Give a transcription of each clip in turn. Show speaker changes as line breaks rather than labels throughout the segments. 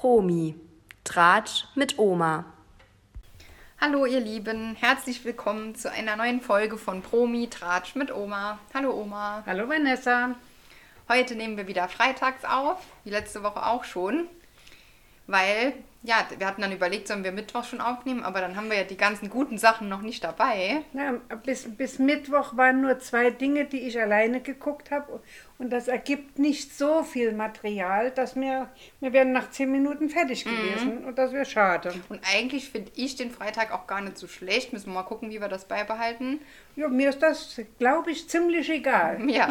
Omi. Tratsch mit Oma.
Hallo ihr Lieben, herzlich willkommen zu einer neuen Folge von Promi Tratsch mit Oma. Hallo Oma.
Hallo Vanessa.
Heute nehmen wir wieder freitags auf, wie letzte Woche auch schon, weil ja, wir hatten dann überlegt, sollen wir Mittwoch schon aufnehmen, aber dann haben wir ja die ganzen guten Sachen noch nicht dabei.
Ja, bis, bis Mittwoch waren nur zwei Dinge, die ich alleine geguckt habe. Und das ergibt nicht so viel Material, dass wir, wir wären nach zehn Minuten fertig
Mhm.
gewesen. Und das wäre schade.
Und eigentlich finde ich den Freitag auch gar nicht so schlecht. Müssen wir mal gucken, wie wir das beibehalten.
Ja, mir ist das, glaube ich, ziemlich egal.
Ja,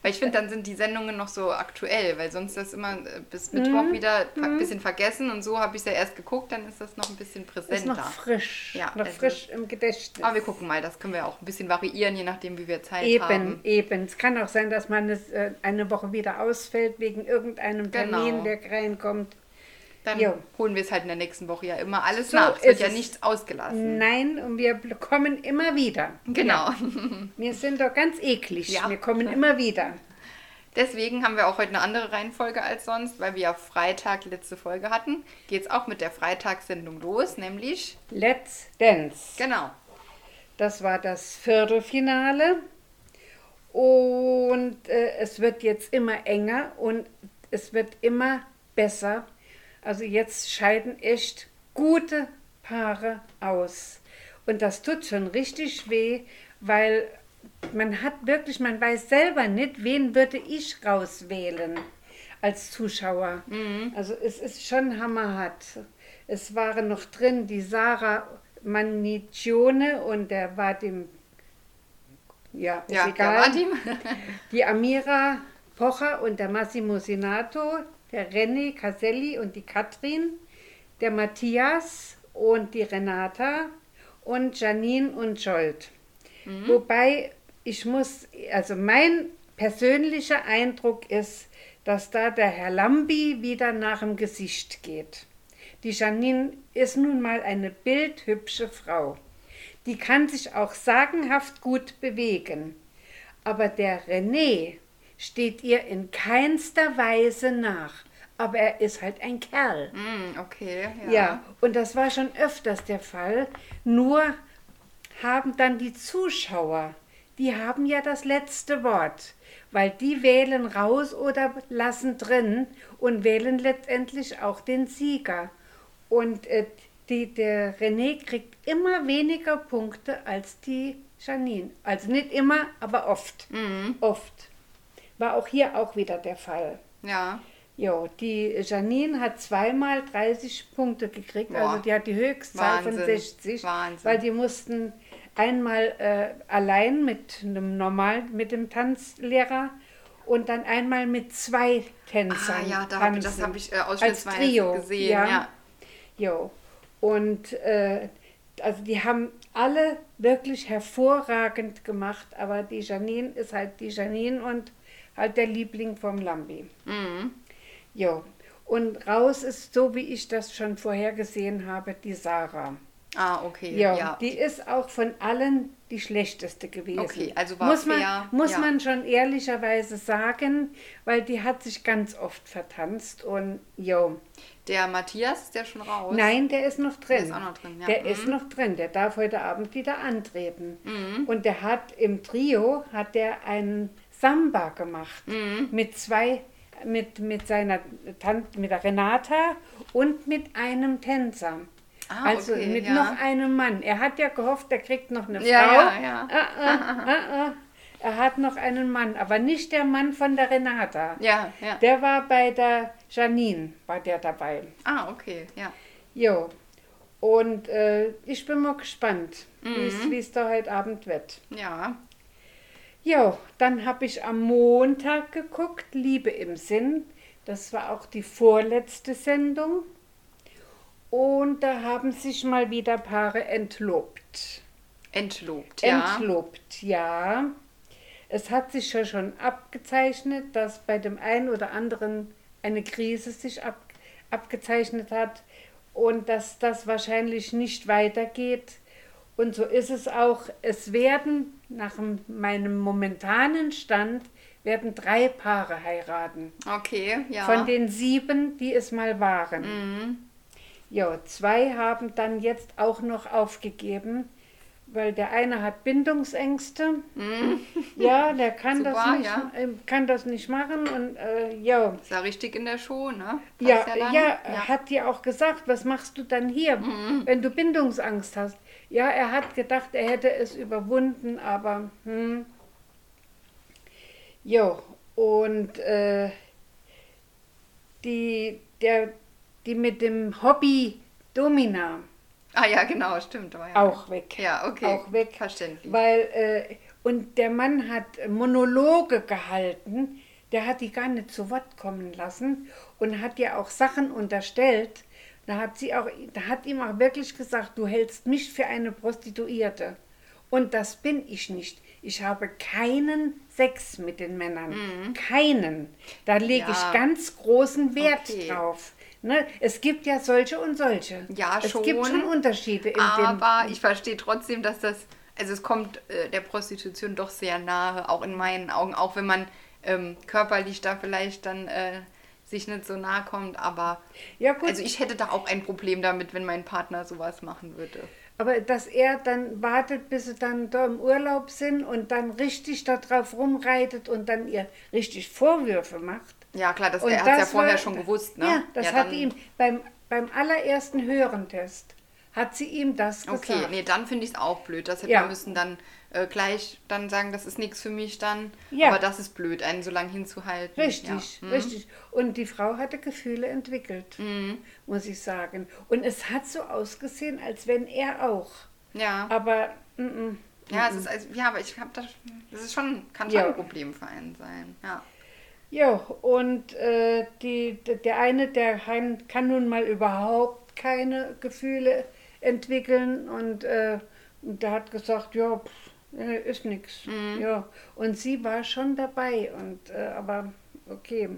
weil ich finde, dann sind die Sendungen noch so aktuell, weil sonst das immer äh, bis Mittwoch wieder ein bisschen vergessen und so habe ich es ja erst geguckt, dann Mhm. ist das noch ein bisschen präsenter.
Ist noch frisch.
Ja,
noch
also-
frisch im Gedächtnis.
Aber wir gucken mal, das können wir auch ein bisschen variieren, je nachdem, wie wir Zeit
Eben,
haben.
eben. Es kann auch sein, dass man es äh, eine Woche wieder ausfällt wegen irgendeinem
Genau.
Termin, der reinkommt.
Dann
Jo.
holen wir es halt in der nächsten Woche ja immer alles
So
nach. Es wird
ist
ja
es.
nichts ausgelassen.
Nein, und wir kommen immer wieder.
Genau.
Wir sind doch ganz eklig.
Ja.
Wir kommen immer wieder.
Deswegen haben wir auch heute eine andere Reihenfolge als sonst, weil wir ja Freitag letzte Folge hatten. Geht es auch mit der Freitagssendung los, nämlich.
Let's Dance.
Genau.
Das war das Viertelfinale. Und äh, es wird jetzt immer enger und es wird immer besser. Also jetzt scheiden echt gute Paare aus. Und das tut schon richtig weh, weil man hat wirklich, man weiß selber nicht, wen würde ich rauswählen als Zuschauer.
Mhm.
Also es ist schon hammerhart. Es waren noch drin die Sarah Manicione und der Vadim, ja, ist
Ja,
egal.
der Vadim.
Die Amira Pocher und der Massimo Senato, der René Caselli und die Katrin, der Matthias und die Renata und Janine und Scholt. Wobei ich muss, also mein persönlicher Eindruck ist, dass da der Herr Lambi wieder nach dem Gesicht geht. Die Janine ist nun mal eine bildhübsche Frau. Die kann sich auch sagenhaft gut bewegen. Aber der René steht ihr in keinster Weise nach. Aber er ist halt ein Kerl.
Hm, okay. Ja.
Ja. und das war schon öfters der Fall. Nur haben dann die Zuschauer, die haben ja das letzte Wort, weil die wählen raus oder lassen drin und wählen letztendlich auch den Sieger. Und äh, die, der René kriegt immer weniger Punkte als die Janine. Also nicht immer, aber oft. Oft. War auch hier auch wieder der Fall.
ja.
Jo, die Janine hat zweimal 30 Punkte gekriegt,
Boah.
also die hat die Höchstzahl
Wahnsinn,
von 60,
Wahnsinn.
weil die mussten einmal äh, allein mit einem normalen, mit dem Tanzlehrer und dann einmal mit zwei Tänzern
Ah, ja, da hab ich-
tanzen.
das hab ich, äh,
als
ausschnittsweise
Trio,
gesehen, ja.
Jo. Und äh, also die haben alle wirklich hervorragend gemacht, aber die Janine ist halt die Janine und halt der Liebling vom Lambi.
Mhm.
Jo. Und raus ist, so wie ich das schon vorhergesehen habe, die Sarah.
Ah, okay.
Ja,
ja.
die ist auch von allen die schlechteste gewesen.
Okay, also war
muss man,
fair,
muss
ja.
man schon ehrlicherweise sagen, weil die hat sich ganz oft vertanzt und jo.
Der Matthias ist ja schon raus.
Nein, der ist noch drin.
Der ist auch noch drin, ja.
Der
Mhm. Mhm.
ist noch drin. Der darf heute Abend wieder antreten. Und der hat im Trio hat der einen Samba gemacht
Mhm.
mit zwei mit, mit seiner Tante, mit der Renata und mit einem Tänzer.
Ah,
also
okay,
mit
ja.
noch einem Mann. Er hat ja gehofft, er kriegt noch eine
Ja,
Frau.
ja, ja.
Ah, ah, ah, ah. Er hat noch einen Mann, aber nicht der Mann von der Renata.
Ja, ja.
Der war bei der Janine, war der dabei.
Ah, okay. Ja.
Jo. Und äh, ich bin mal gespannt, wie es da heute Abend wird.
Ja.
Jo, dann habe ich am Montag geguckt, Liebe im Sinn. Das war auch die vorletzte Sendung. Und da haben sich mal wieder Paare entlobt.
Entlobt. Ja.
Entlobt, ja. Es hat sich ja schon abgezeichnet, dass bei dem einen oder anderen eine Krise sich ab, abgezeichnet hat und dass das wahrscheinlich nicht weitergeht. Und so ist es auch. Es werden nach m- meinem momentanen Stand werden drei Paare heiraten.
Okay, ja. Mhm.
Von den sieben, die es mal waren. Ja, zwei haben dann jetzt auch noch aufgegeben, weil der eine hat Bindungsängste. Ja, der kann, das
Mhm. Super,
nicht,
ja.
äh, kann das nicht machen. Und äh, ja,
ist ja richtig in der Show, ne? Passt
ja, ja,
dann. ja. Mhm.
hat dir auch gesagt, was machst du dann hier, wenn du Bindungsangst hast? Ja, er hat gedacht, er hätte es überwunden, aber hm. Jo, und äh, die, der, die mit dem Hobby Domina
Ah ja, genau, stimmt. War ja
auch weg.
Ja, okay.
Auch weg.
Verständlich.
Weil, äh, und der Mann hat Monologe gehalten, der hat die gar nicht zu Wort kommen lassen und hat ihr auch Sachen unterstellt. Da hat sie auch, da hat ihm auch wirklich gesagt, du hältst mich für eine Prostituierte. Und das bin ich nicht. Ich habe keinen Sex mit den Männern. Keinen. Da lege
Mhm. Ja.
ich ganz großen Wert
Okay.
drauf. Ne? Es gibt ja solche und solche.
Ja,
es gibt
schon.
schon Unterschiede in dem.
Aber ich verstehe trotzdem, dass das, also es kommt äh, der Prostitution doch sehr nahe, auch in meinen Augen, auch wenn man ähm, körperlich da vielleicht dann äh, sich nicht so nahe kommt, aber
Ja, gut.
also ich hätte da auch ein Problem damit, wenn mein Partner sowas machen würde.
Aber dass er dann wartet, bis sie dann da im Urlaub sind und dann richtig da drauf rumreitet und dann ihr richtig Vorwürfe macht.
Ja, klar, das,
Und
er hat es ja
das
vorher
war-
schon gewusst, ne?
Ja, das hat
dann-
ihm beim, beim allerersten Hörentest hat sie ihm das
Okay,
gesagt.
nee, dann finde ich es auch blöd. Das hätte
Ja.
man müssen dann äh, gleich dann sagen, das ist nichts für mich dann.
Ja.
Aber das ist blöd, einen so lange hinzuhalten.
Richtig,
Ja. Hm. mhm.
richtig. Und die Frau hatte Gefühle entwickelt,
Mhm.
muss ich sagen. Und es hat so ausgesehen, als wenn er auch.
ja.
Aber mm, mm.
Ja, es ist, also, ja, aber ich habe das, das ist schon, kann schon
Ja.
ein Problem für einen sein. Ja.
Ja, und äh, die, d- der eine, der kann, kann nun mal überhaupt keine Gefühle entwickeln und, äh, und der hat gesagt, ja, pff, äh, ist nix. Ja, und sie war schon dabei und äh, aber okay.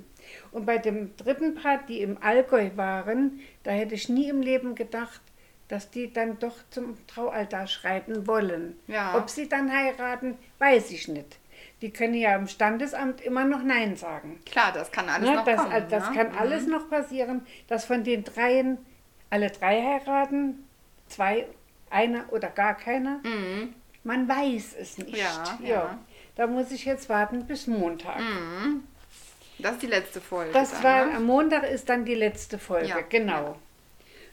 Und bei dem dritten Part, die im Allgäu waren, da hätte ich nie im Leben gedacht, dass die dann doch zum Traualtar schreiten wollen.
Ja.
Ob sie dann heiraten, weiß ich nicht. Die können ja im Standesamt immer noch Nein sagen.
Klar, das kann alles
Ne,
noch
das
kommen.
al- das
ne?
kann alles noch passieren, dass von den dreien alle drei heiraten, zwei, einer oder gar keiner. Man weiß es nicht.
Mhm. Ja,
Ja.
ja.
Da muss ich jetzt warten bis Montag.
Das ist die letzte Folge.
Das
dann,
war
ne?
am Montag ist dann die letzte Folge,
Ja,
genau.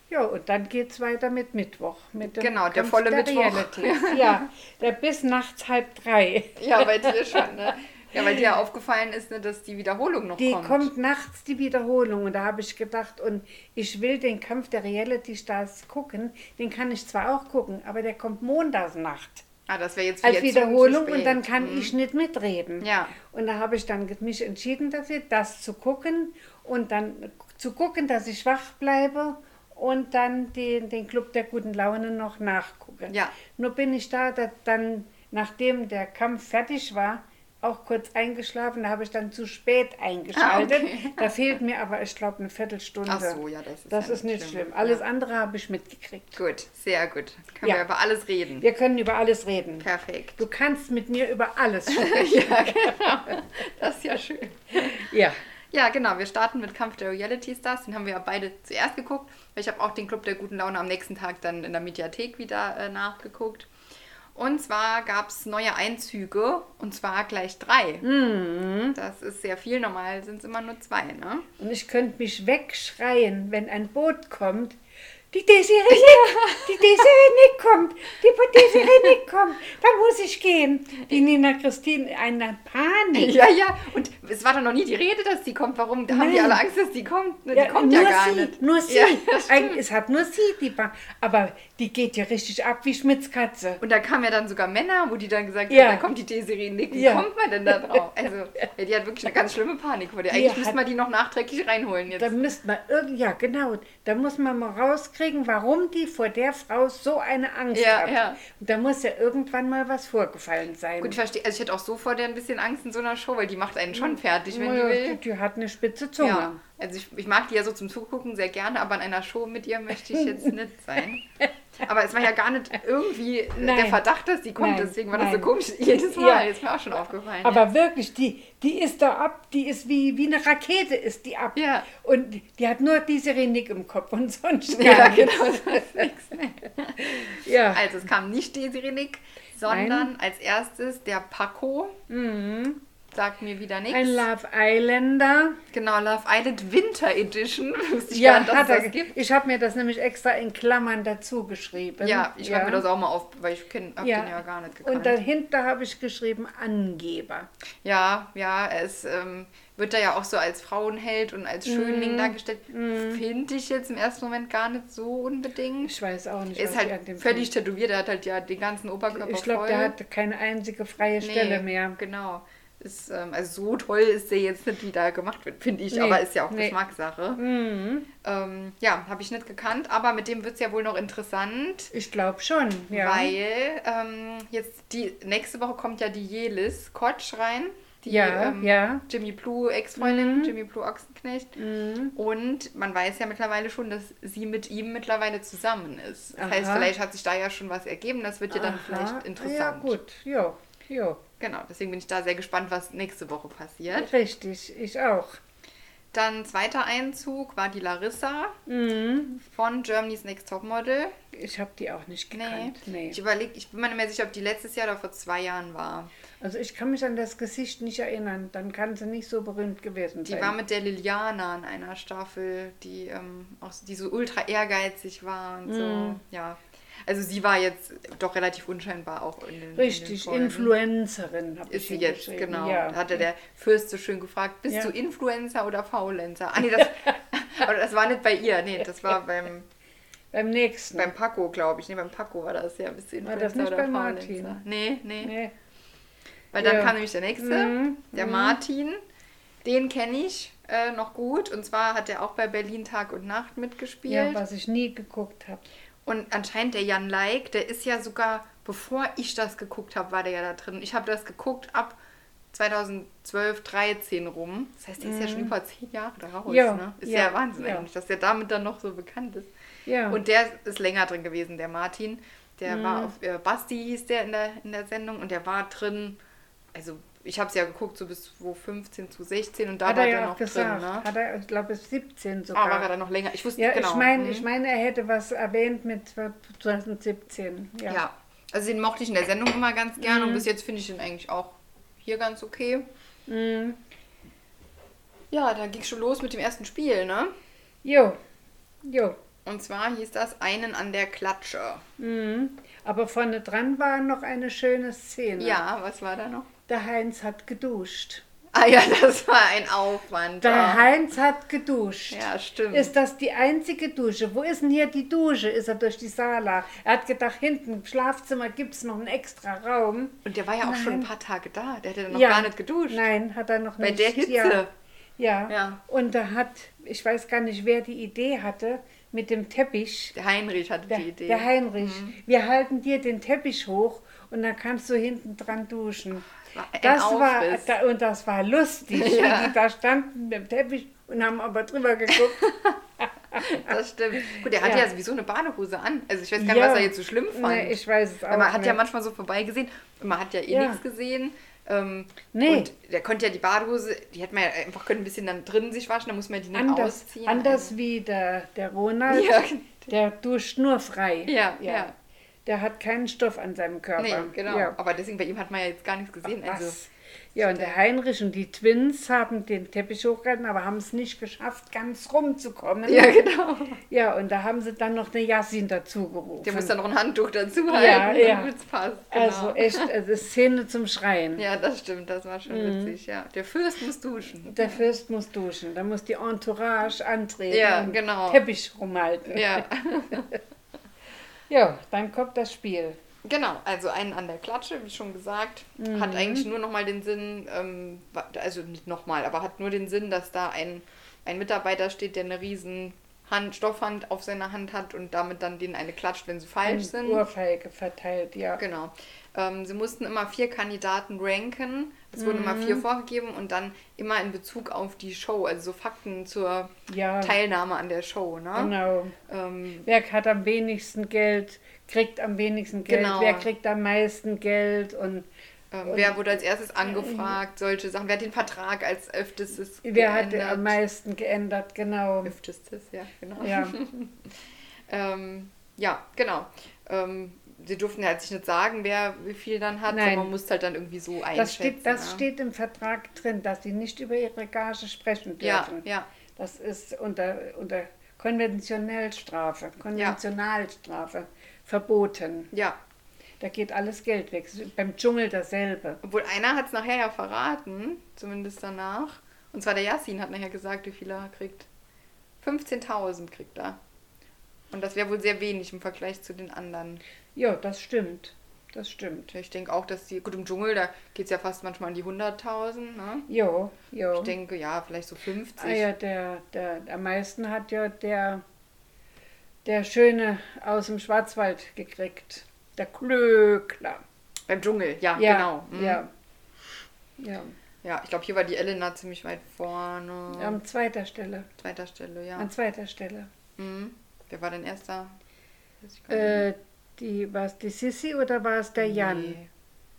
Ja, und dann geht es weiter mit Mittwoch. Mit dem
Genau, der
Kampf
volle Mittwoch.
Realities. ja, der bis nachts halb drei.
Ja, bei dir schon, ne? Ja, weil dir ja aufgefallen ist, ne, dass die Wiederholung noch
Die
kommt.
kommt. nachts die Wiederholung und da habe ich gedacht, und ich will den Kampf der Reality Stars gucken, den kann ich zwar auch gucken, aber der kommt montagsnacht
Ah, das wäre jetzt
als
wieder zu-
Wiederholung
zu
und dann
spät. Mhm.
kann ich nicht mitreden.
Ja.
Und da habe ich dann ge- mich entschieden dafür, das zu gucken und dann zu gucken, dass ich wach bleibe und dann den, den Club der guten Laune noch nachgucke.
Ja.
Nur bin ich da, da dann, nachdem der Kampf fertig war, auch kurz eingeschlafen, da habe ich dann zu spät eingeschaltet.
Ah, okay.
Da fehlt mir aber, ich glaube, eine Viertelstunde.
Ach so, ja, das ist
Das
ja
ist nicht schlimm. Alles andere habe ich mitgekriegt.
Gut, sehr gut. Können
Ja.
wir über alles reden.
Wir können über alles reden.
Perfekt.
Du kannst mit mir über alles sprechen.
Das ist ja schön.
Ja.
Ja, genau. Wir starten mit Kampf der Reality Stars. Den haben wir ja beide zuerst geguckt. Ich habe auch den Club der guten Laune am nächsten Tag dann in der Mediathek wieder äh, nachgeguckt. Und zwar gab es neue Einzüge und zwar gleich drei.
Mhm.
Das ist sehr viel. Normal sind es immer nur zwei, ne?
Und ich könnte mich wegschreien, wenn ein Boot kommt. Die Desiree, die Desiree kommt, die Desiree kommt, dann muss ich gehen. Die Nina Christine in einer Panik.
Ja, ja. Und es war doch noch nie die Rede, dass die kommt. Warum? Da haben die
Nein.
alle Angst, dass die kommt. Ne, Die
Ja,
kommt
nur
ja gar
sie,
nicht.
Nur sie.
Ja,
Eigentlich, es hat nur sie, die Bahn. Aber die geht ja richtig ab wie Schmidts Katze.
Und da kamen ja dann sogar Männer, wo die dann gesagt haben,
Ja.
da kommt die Desiree Nick, wie
Ja.
kommt man denn da drauf? Also, ja, die hat wirklich eine ganz schlimme Panik vor dir. Eigentlich
Die
müsste
hat-
man die noch nachträglich reinholen jetzt.
Da müsste man irgendwie, ja genau, da muss man mal rauskriegen, warum die vor der Frau so eine Angst
Ja,
hat.
ja.
Und da muss ja irgendwann mal was vorgefallen sein.
Gut, ich verstehe. Also ich hätte auch so vor der ein bisschen Angst in so einer Show, weil die macht einen schon fertig, wenn die
Oh Ja,
will.
die hat eine spitze Zunge.
Ja. Also ich, ich mag die ja so zum Zugucken sehr gerne, aber in einer Show mit ihr möchte ich jetzt nicht sein. Aber es war ja gar nicht irgendwie
Nein.
der Verdacht, dass die kommt.
Nein,
Deswegen war das so
nein.
komisch jedes Mal.
Ja.
Ist mir auch schon aufgefallen.
Aber wirklich, die, die ist da ab, die ist wie, wie eine Rakete, ist die ab.
Ja.
Und die hat nur diese Renick im Kopf und sonst
ja, ja
gar nichts.
genau. das ist nix.
Ja.
Also es kam nicht Desiree Nick, sondern als erstes der Paco. Sagt mir wieder
Mhm. Ein
nichts.
Love Islander.
Genau, Love Island Winter Edition. Wusste ich
Ja,
gar nicht, dass
hat
es
er.
das
ge-
gibt.
Ich habe mir das nämlich extra in Klammern dazu geschrieben.
Ja, ich schreibe mir das auch mal auf, weil ich kenn, hab den ja gar nicht gekannt.
Und dahinter habe ich geschrieben Angeber.
Ja, ja, es ähm, wird da ja auch so als Frauenheld und als Schönling
Mhm.
dargestellt. Finde ich jetzt im ersten Moment gar nicht so unbedingt.
Ich weiß auch nicht.
Er ist
was ich an
halt
dem
völlig tätowiert, er hat halt ja den ganzen Oberkörper
Film- Ich glaube,
voll.
der hat keine einzige freie
Nee,
Stelle mehr.
Genau. Ist, ähm, also so toll ist der jetzt nicht, wie da gemacht wird, finde ich,
Nee,
aber ist ja auch
nee. Mhm.
Geschmackssache. Ähm, ja, habe ich nicht gekannt, aber mit dem wird es ja wohl noch interessant.
Ich glaube schon. Ja.
Weil ähm, jetzt die nächste Woche kommt ja die Jelis Kotsch rein. Die, ähm,
Ja, ja. Mhm.
Jimmy Blue Ex-Freundin, Jimmy Blue Ochsenknecht. Und man weiß ja mittlerweile schon, dass sie mit ihm mittlerweile zusammen ist. Das heißt,
Aha.
vielleicht hat sich da ja schon was ergeben. Das wird ja dann
Aha.
vielleicht interessant.
Ja, gut. Jo, jo.
Genau, deswegen bin ich da sehr gespannt, was nächste Woche passiert.
Richtig, ich auch.
Dann zweiter Einzug war die Larissa
Mhm.
von Germany's Next Topmodel.
Ich habe die auch nicht
Nee.
gekannt. Nee.
Ich überlege, ich bin mir nicht mehr sicher, ob die letztes Jahr oder vor zwei Jahren war.
Also ich kann mich an das Gesicht nicht erinnern. Dann kann sie nicht so berühmt gewesen
Die
sein.
war mit der Liliana in einer Staffel, die, ähm, auch, so- die so ultra ehrgeizig war und
Mhm.
so. Ja. Also sie war jetzt doch relativ unscheinbar auch in den in den
Richtig,
Folgen.
Influencerin habe ich
Ist sie jetzt,
hingeschrieben.
genau.
Ja.
Da hatte der Fürst so schön gefragt, bist
Ja.
du Influencer oder Faulenzer? Ah, nee, das, aber das war nicht bei ihr, nee, das war beim,
Beim nächsten.
beim Paco, glaube ich. Nee, beim Paco war das ja, bist du
War
Influencer
das nicht
oder
bei
Faulenzer?
Martin?
Nee, nee,
nee.
Weil dann
Ja. Mhm.
kam nämlich der Nächste, der Martin. Den kenne ich äh, noch gut. Und zwar hat er auch bei Berlin Tag und Nacht mitgespielt.
ja, was ich nie geguckt habe.
Und anscheinend der Jan Like, der ist ja sogar, bevor ich das geguckt habe, war der ja da drin. Ich habe das geguckt ab 2012, 13 rum. Das heißt, der ist ja schon über zehn Jahre da raus.
Mhm. Ja,
ne? Ist
ja,
ja, Wahnsinn
ja.
eigentlich, dass der damit dann noch so bekannt ist.
Ja. Mhm.
Und der ist länger drin gewesen, der Martin. Der war auf äh, Basti, hieß der in der, in der Sendung. Und der war drin, also ich habe es ja geguckt, so bis 15 zu 16 und da
hat
war
er
der
ja auch
noch
gesagt.
drin. Ne?
Hat er, ich glaube, es 17 sogar.
Aber war er noch länger? Ich wusste
ja,
nicht genau.
ich meine,
Hm.
ich meine, er hätte was erwähnt mit 2017. Ja. Mhm.
Ja. Also den mochte ich in der Sendung immer ganz gerne und bis jetzt finde ich ihn eigentlich auch hier ganz okay.
Mhm.
Ja, da ging schon los mit dem ersten Spiel, ne?
Jo. Jo.
Und zwar hieß das einen an der Klatsche.
Aber vorne dran war noch eine schöne Szene.
Ja, was war da noch?
Der Heinz hat geduscht.
Ah ja, das war ein Aufwand.
Der
Ah.
Heinz hat geduscht.
Ja, stimmt.
Ist das die einzige Dusche? Wo ist denn hier die Dusche? Ist er durch die Sala? Er hat gedacht, hinten im Schlafzimmer gibt es noch einen extra Raum.
Und der war ja auch schon ein paar Tage da. Der hätte dann noch
Ja.
gar nicht geduscht.
Nein, hat er noch
Bei
nicht.
der Hitze.
Ja. ja.
Ja.
Und da hat, ich weiß gar nicht, wer die Idee hatte, mit dem Teppich.
Der Heinrich hatte
Der,
die Idee. Mhm.
der Heinrich, wir halten dir den Teppich hoch und dann kannst du hinten dran duschen.
War ein
Das war,
Aufriss.
da, und das war lustig, wie die da standen mit dem Teppich und haben aber drüber geguckt.
das stimmt. Gut, der hatte
Ja.
ja. sowieso eine Badehose an. Also ich weiß gar nicht,
Ja.
was er jetzt so schlimm fand.
Nee, ich weiß es auch
Weil man hat
nicht.
ja manchmal so vorbeigesehen, und man hat ja eh
Ja.
nichts gesehen. Ähm,
Nee.
Und der konnte ja die Badehose, die hätte man ja einfach können ein bisschen dann drinnen sich waschen, da muss man die nicht
anders,
ausziehen.
anders wie der, der Ronald,
Ja.
der duscht nur frei.
Ja, ja.
Der hat keinen Stoff an seinem Körper.
Nee, genau.
Ja,
Aber deswegen bei ihm hat man ja jetzt gar nichts gesehen. Also,
was? ja und der Heinrich und die Twins haben den Teppich hochgehalten, aber haben es nicht geschafft, ganz rumzukommen.
ja, genau.
Ja, und da haben sie dann noch eine Yassin dazu gerufen.
Der muss dann noch ein Handtuch dazu halten,
Ja, ja.
dann wird's passt. Genau.
also echt, also Szene zum Schreien.
ja, das stimmt, das war schon
Mhm.
witzig, ja. Der Fürst muss duschen.
Der Fürst muss duschen, da muss die Entourage antreten
Ja,
und
genau.
Teppich rumhalten.
Ja,
ja, dann kommt das Spiel.
genau. Also einen an der Klatsche, wie schon gesagt, hat eigentlich nur nochmal den Sinn, ähm, wa- also nicht nochmal, aber hat nur den Sinn, dass da ein, ein Mitarbeiter steht, der eine riesen Hand, Stoffhand auf seiner Hand hat und damit dann denen eine klatscht, wenn sie
Mhm.
falsch sind.
Ohrfeige verteilt, ja.
Genau. Ähm, sie mussten immer vier Kandidaten ranken Es wurden immer vier vorgegeben und dann immer in Bezug auf die Show, also so Fakten zur
Ja.
Teilnahme an der Show. Ne?
Genau.
Ähm,
Wer hat am wenigsten Geld, kriegt am wenigsten Geld,
Genau.
wer kriegt am meisten Geld und
ähm, wer wurde als erstes angefragt? Solche Sachen. Wer hat den Vertrag als öftestes
wer hat äh,
geändert?
am meisten geändert, genau.
Öftestes, ja, genau.
Ja.
Ähm, ja, genau. Ähm, sie durften halt sich nicht sagen, wer wie viel dann hat,
Nein.
sondern man musste halt dann irgendwie so einschätzen.
Das, steht, das
ja.
steht im Vertrag drin, dass sie nicht über ihre Gage sprechen
Ja,
dürfen.
ja.
Das ist unter, unter Konventionellstrafe, Konventionalstrafe verboten.
Ja,
Da geht alles Geld weg. Es ist Beim Dschungel dasselbe.
obwohl einer hat es nachher ja verraten, zumindest danach. Und zwar der Yassin hat nachher gesagt, wie viel er kriegt. 15.000 kriegt er. Und das wäre wohl sehr wenig im Vergleich zu den anderen.
Ja, das stimmt. Das stimmt.
Ich denke auch, dass die, gut, im Dschungel, da geht es ja fast manchmal an die 100.000, ne?
Jo, jo.
Ich denke, ja, vielleicht so 50.
Ah ja, der, der, am meisten hat ja der, der Schöne aus dem Schwarzwald gekriegt. Der Klöckler.
Beim Dschungel, ja,
Ja,
genau. Mhm.
ja. Ja,
Ja, ich glaube, hier war die Elena ziemlich weit vorne.
an zweiter Stelle.
Zweiter Stelle, ja.
An zweiter Stelle.
Mhm. Wer war denn erster? Weiß ich gar nicht.
Äh, die, war es die Sissi oder war es der Jan?
Nee.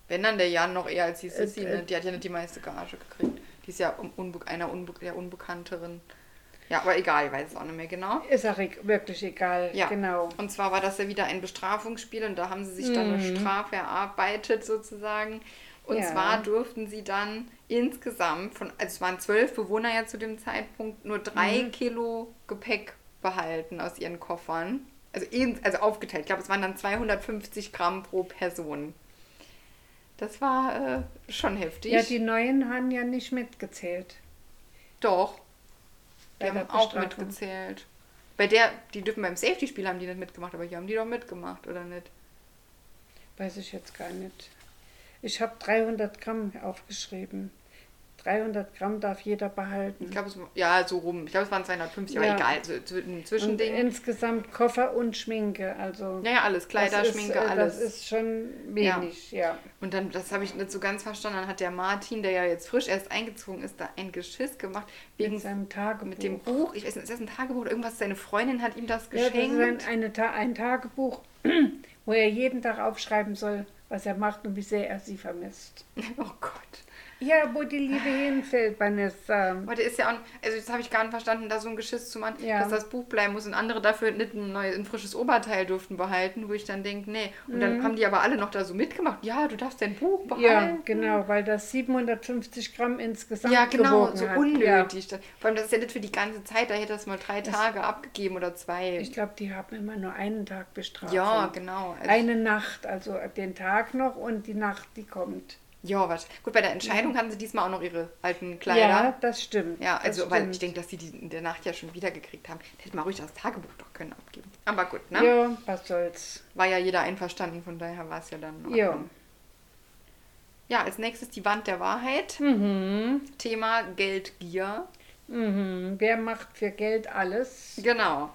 Wenn dann der Jan noch eher als die Sissi,
äh,
ne? die hat ja nicht die meiste Gage gekriegt. Die ist ja um- unbe einer unbe der Unbekannteren. Ja, aber egal, ich weiß es auch nicht mehr genau.
Ist auch e- wirklich egal.
Ja,
Genau.
Und zwar war das ja wieder ein Bestrafungsspiel und da haben sie sich dann eine Strafe erarbeitet sozusagen. Und
Mhm. Ja.
zwar durften sie dann insgesamt von, also es waren zwölf Bewohner ja zu dem Zeitpunkt, nur drei
Mhm.
Kilo Gepäck behalten aus ihren Koffern. Also, in, also aufgeteilt. Ich glaube, es waren dann 250 Gramm pro Person. Das war äh, schon heftig.
Ja, die Neuen haben ja nicht mitgezählt.
Doch. Die
Bei
haben
der
auch
Bestrafung.
mitgezählt. Bei der, die dürfen beim Safety-Spiel haben die nicht mitgemacht, aber hier haben die doch mitgemacht, oder nicht?
Weiß ich jetzt gar nicht. Ich habe 300 Gramm aufgeschrieben. 300 Gramm darf jeder behalten.
Ich glaube, es ja, so rum. Ich glaube, es waren 250,
Ja.
aber egal. So, so ein
Und
Zwischending.
insgesamt Koffer und Schminke. Also
ja, ja, alles. Kleider,
das ist,
Schminke,
äh,
alles.
Das ist schon wenig, ja.
und dann, das habe ich nicht so ganz verstanden, dann hat der Martin, der ja jetzt frisch erst eingezogen ist, da ein Geschiss gemacht. Wegen
Mit seinem Tagebuch.
Mit dem Buch. Ich weiß nicht, ist das ein Tagebuch oder irgendwas? Seine Freundin hat ihm das
Ja, das ist ein,
geschenkt.
eine, Ta- ein Tagebuch, wo er jeden Tag aufschreiben soll, was er macht und wie sehr er sie vermisst.
oh Gott.
Ja, wo die Liebe hinfällt, Vanessa.
Aber der ist ja auch, also das habe ich gar nicht verstanden, da so ein Geschiss zu machen,
Ja.
dass das Buch bleiben muss und andere dafür nicht ein, neues, ein frisches Oberteil durften behalten, wo ich dann denke, nee. Und dann haben die aber alle noch da so mitgemacht. Ja, du darfst dein Buch behalten.
Mhm. Ja, genau, weil das 750 Gramm insgesamt
Ja, genau,
gewogen
so
hat. Ja.
unnötig. Das- Vor allem, das ist ja nicht für die ganze Zeit, da hätte das mal drei Tage abgegeben oder zwei.
Ich glaube, die haben immer nur einen Tag bestraft.
Ja, genau. Also,
Eine Nacht, also den Tag noch und die Nacht, die kommt.
ja, was. Gut, bei der Entscheidung hatten sie diesmal auch noch ihre alten
Ja,
Kleider.
das stimmt.
Ja, also,
das
weil
stimmt.
ich denke, dass sie die in der Nacht ja schon wieder gekriegt haben. Da hätte man ruhig das Tagebuch doch können abgeben. Aber gut, ne?
Ja, was soll's.
War ja jeder einverstanden, von daher war es ja dann. in Ordnung.
Ja.
Ja, als nächstes die Wand der Wahrheit. Thema Geldgier.
Mhm. Wer macht für Geld alles?
Genau.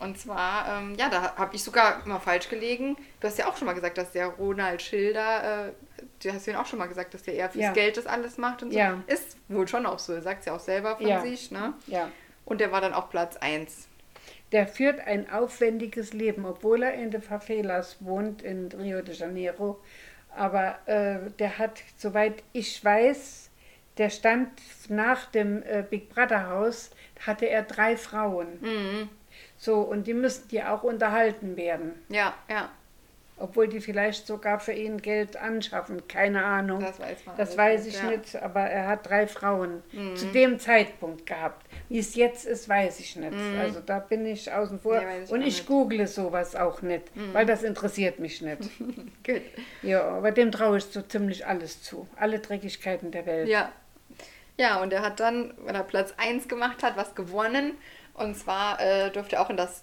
Und zwar, ähm, ja, da habe ich sogar mal falsch gelegen. Du hast ja auch schon mal gesagt, dass der Ronald Schilder, äh, du hast ja auch schon mal gesagt, dass der eher fürs
Ja.
Geld das alles macht und so.
Ja.
Ist wohl schon auch so, er sagt es ja auch selber von
Ja.
sich, ne?
Ja.
Und der war dann auch Platz 1.
Der führt ein aufwendiges Leben, obwohl er in den Favelas wohnt, in Rio de Janeiro. Aber äh, der hat, soweit ich weiß, der stand nach dem äh, Big Brother Haus, hatte er drei Frauen. So, und die müssen ja auch unterhalten werden.
Ja, ja.
Obwohl die vielleicht sogar für ihn Geld anschaffen, keine Ahnung.
Das weiß man
Das
alles
weiß
nicht,
ich
ja. Mhm.
nicht, aber er hat drei Frauen zu dem Zeitpunkt gehabt. Wie es jetzt ist, weiß ich nicht. Also da bin ich außen vor.
Nee, Mhm. weiß ich
Und
auch
ich
nicht. Mhm.
google sowas auch nicht, weil das interessiert mich nicht.
Gut.
ja, aber dem traue ich so ziemlich alles zu. Alle Dreckigkeiten der Welt.
Ja. Ja, und er hat dann, wenn er Platz 1 gemacht hat, was gewonnen. Und zwar äh, durfte er auch in das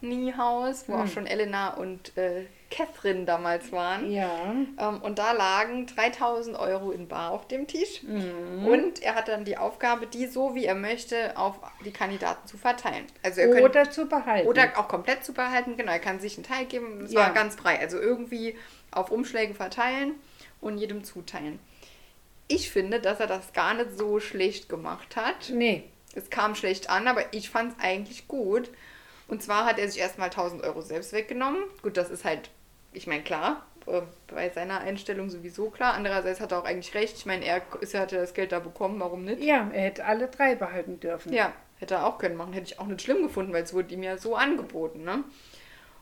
Tiny-Haus, wo auch
Hm.
schon Elena und äh, Catherine damals waren.
Ja.
Ähm, und da lagen 3000 Euro in Bar auf dem Tisch.
Mhm.
Und er hat dann die Aufgabe, die so wie er möchte auf die Kandidaten zu verteilen. Also er könnte,
Oder zu behalten.
oder auch komplett zu behalten. Genau, er kann sich einen Teil geben. Es
Ja.
war ganz frei. Also irgendwie auf Umschläge verteilen und jedem zuteilen. ich finde, dass er das gar nicht so schlecht gemacht hat.
Nee.
Es kam schlecht an, aber ich fand es eigentlich gut. Und zwar hat er sich erstmal 1000 Euro selbst weggenommen. Gut, das ist halt, ich meine, klar, äh, bei seiner Einstellung sowieso klar. Andererseits hat er auch eigentlich recht. Ich meine, er ist, er hat ja das Geld da bekommen, warum nicht?
Ja, er hätte alle drei behalten dürfen.
Ja, hätte er auch können machen. Hätte ich auch nicht schlimm gefunden, weil es wurde ihm ja so angeboten, ne?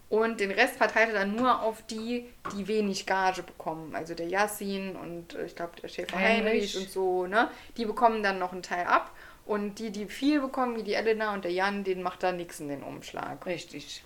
Und den Rest verteilte er dann nur auf die, die wenig Gage bekommen. Also der Yassin und äh, ich glaube der Schäfer Heinrich.
Heinrich.
und so, ne? Die bekommen dann noch einen Teil ab. Und die, die viel bekommen, wie die Elena und der Jan, denen macht da nichts in den Umschlag.
Richtig.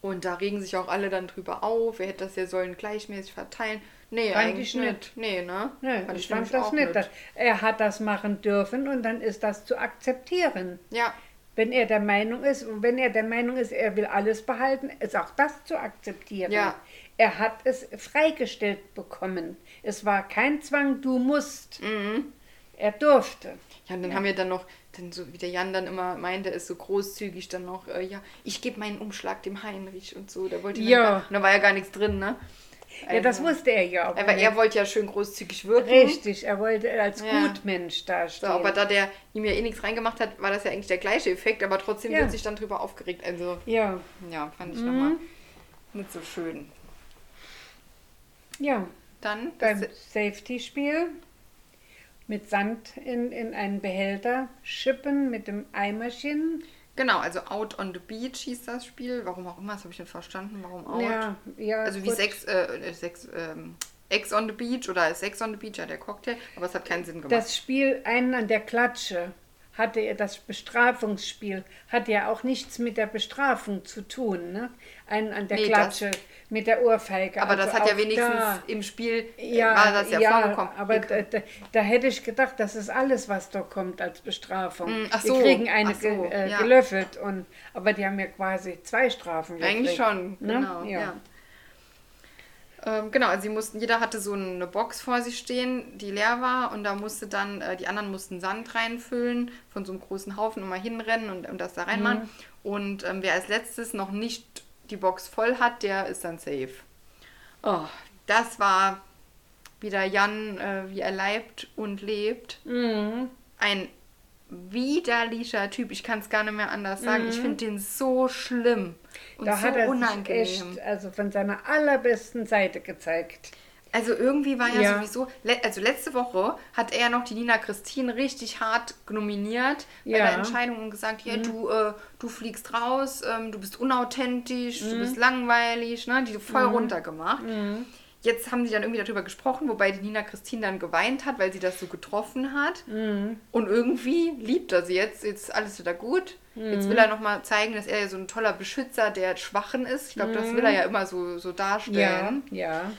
Und da regen sich auch alle dann drüber auf. Wer hätte das ja sollen gleichmäßig verteilen? Nee,
Fand
eigentlich
ich
nicht. Nee, ne?
Nö,
Fand
ich fand
nämlich auch
das nicht. Dass, er hat das machen dürfen und dann ist das zu akzeptieren.
Ja,
Wenn er der Meinung ist, und wenn er der Meinung ist, er will alles behalten, ist auch das zu akzeptieren.
Ja.
Er hat es freigestellt bekommen. Es war kein Zwang, du musst.
Mhm.
Er durfte.
Ja, und dann haben wir dann noch, dann so wie der Jan dann immer meinte, ist so großzügig dann noch, äh, ja, ich gebe meinen Umschlag dem Heinrich und so. Da wollte er
Ja.
dann gar, und da war ja gar nichts drin, ne? Also,
Ja, das wusste er ja. auch
Aber
nicht.
er wollte ja schön großzügig wirken.
Richtig, er wollte als
Ja.
Gutmensch dastehen.
So, aber da der ihm ja eh nichts reingemacht hat, war das ja eigentlich der gleiche Effekt, aber trotzdem
Ja. Mhm.
wird sich dann drüber aufgeregt. Also,
ja,
ja, fand ich nochmal nicht so schön.
ja.
Dann, das,
Beim Safety-Spiel mit Sand in, in einen Behälter schippen mit dem Eimerchen.
genau, also Out on the Beach hieß das Spiel. Warum auch immer, das habe ich nicht verstanden. Warum Out?
Ja, ja.
Also wie
gut.
Sex, äh, äh, Sex, ähm, Ex on the Beach oder Sex on the Beach, ja der Cocktail, aber es hat keinen Sinn gemacht.
Das Spiel einen an der Klatsche hatte er das Bestrafungsspiel hat ja auch nichts mit der Bestrafung zu tun, ne? Einen an der
Nee, das-
Klatsche mit der Ohrfeige.
aber das
also
hat ja
auch
wenigstens
da-
im Spiel äh,
ja,
war das ja, vorgekommen.
Aber äh, da, da, da hätte ich gedacht, das ist alles, was da kommt als Bestrafung.
Mm, ach so,
Wir kriegen eine
ach so,
ge, äh,
ja.
gelöffelt. Und, aber die haben ja quasi zwei Strafen gekriegt.
Eigentlich schon,
ne?
genau. Ja. Ähm, genau, also sie mussten, jeder hatte so eine Box vor sich stehen, die leer war und da musste dann, äh, die anderen mussten Sand reinfüllen, von so einem großen Haufen immer hinrennen und, und das da reinmachen.
Mhm.
Und ähm, wer als letztes noch nicht die Box voll hat, der ist dann safe. Oh, das war wieder Jan, äh, wie er leibt und lebt. Ein widerlicher Typ, ich kann es gar nicht mehr anders sagen. Ich finde den so schlimm und
Da
so
hat er
unangenehm.
sich echt also von seiner allerbesten Seite gezeigt.
Also irgendwie war ja,
Ja.
sowieso, le- also letzte Woche hat er ja noch die Nina Christine richtig hart nominiert bei
Ja. Mhm.
der Entscheidung und gesagt, ja, du, äh, du fliegst raus, ähm, du bist unauthentisch,
Mhm.
du bist langweilig, ne? die voll runtergemacht. Jetzt haben sie dann irgendwie darüber gesprochen, wobei die Nina Christine dann geweint hat, weil sie das so getroffen hat.
Mhm.
Und irgendwie liebt er sie jetzt, jetzt ist alles wieder gut. Jetzt
Mhm.
will er nochmal zeigen, dass er ja so ein toller Beschützer der Schwachen ist. Ich glaube, das will er ja immer so, so
Mhm. Ja,
darstellen.
ja.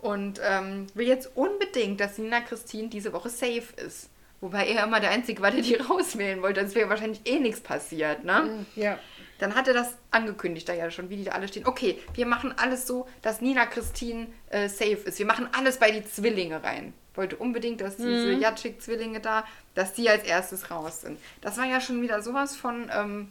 Und ähm, will jetzt unbedingt, dass Nina Christine diese Woche safe ist. Wobei er immer der Einzige war, der die rauswählen wollte. Sonst wäre wahrscheinlich eh nichts passiert, ne?
Ja,
Dann hat er das angekündigt, da ja schon, wie die da alle stehen. Okay, wir machen alles so, dass Nina Christine äh, safe ist. Wir machen alles bei die Zwillinge rein. Wollte unbedingt, dass diese Jatschik-Zwillinge da, dass die als erstes raus sind. Das war ja schon wieder sowas von ähm,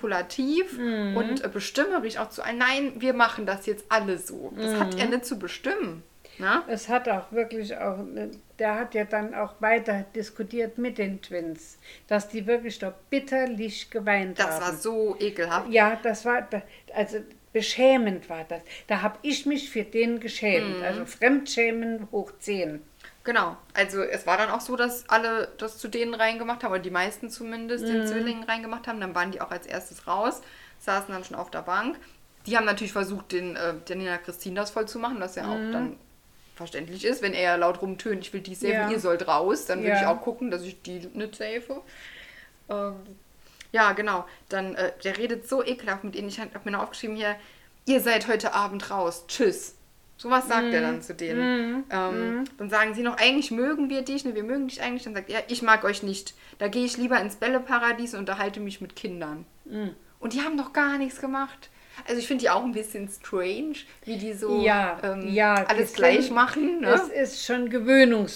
manipulativ und äh, bestimmerig auch zu allen. Nein, wir machen das jetzt alle so. Das hat er nicht zu bestimmen. ne? Na?
es hat auch wirklich auch, ne, der hat ja dann auch weiter diskutiert mit den Twins, dass die wirklich doch bitterlich geweint
Das
haben.
war so ekelhaft.
Ja, das war, da- also beschämend war das. Da habe ich mich für den
Mhm.
geschämt. Also Fremdschämen hoch 10.
Genau. Also es war dann auch so, dass alle das zu denen reingemacht haben, oder die meisten zumindest,
Mhm.
den Zwillingen reingemacht haben. Dann waren die auch als erstes raus, saßen dann schon auf der Bank. Die haben natürlich versucht, den, äh, der Nina Christine das voll zu machen, was ja
Mhm.
auch dann verständlich ist, wenn er laut rumtönt, ich will die safe,
Ja.
ihr sollt raus, dann will
Ja.
ich auch gucken, dass ich die nicht safe. Ähm, ja, genau. Dann, äh, der redet so ekelhaft mit ihnen. Ich habe mir noch aufgeschrieben hier, ihr seid heute Abend raus. Tschüss. Sowas sagt er
Mhm.
dann zu denen. Ähm, Dann sagen sie noch, eigentlich mögen wir dich, ne, wir mögen dich eigentlich. Dann sagt er, ich mag euch nicht. Da
Mhm.
gehe ich lieber ins Bälleparadies und unterhalte mich mit Kindern. Und die haben doch gar nichts gemacht. Also ich finde die auch ein bisschen strange, wie die so
Ja,
ähm,
ja,
alles
bisschen.
gleich machen, ne?
Das ist schon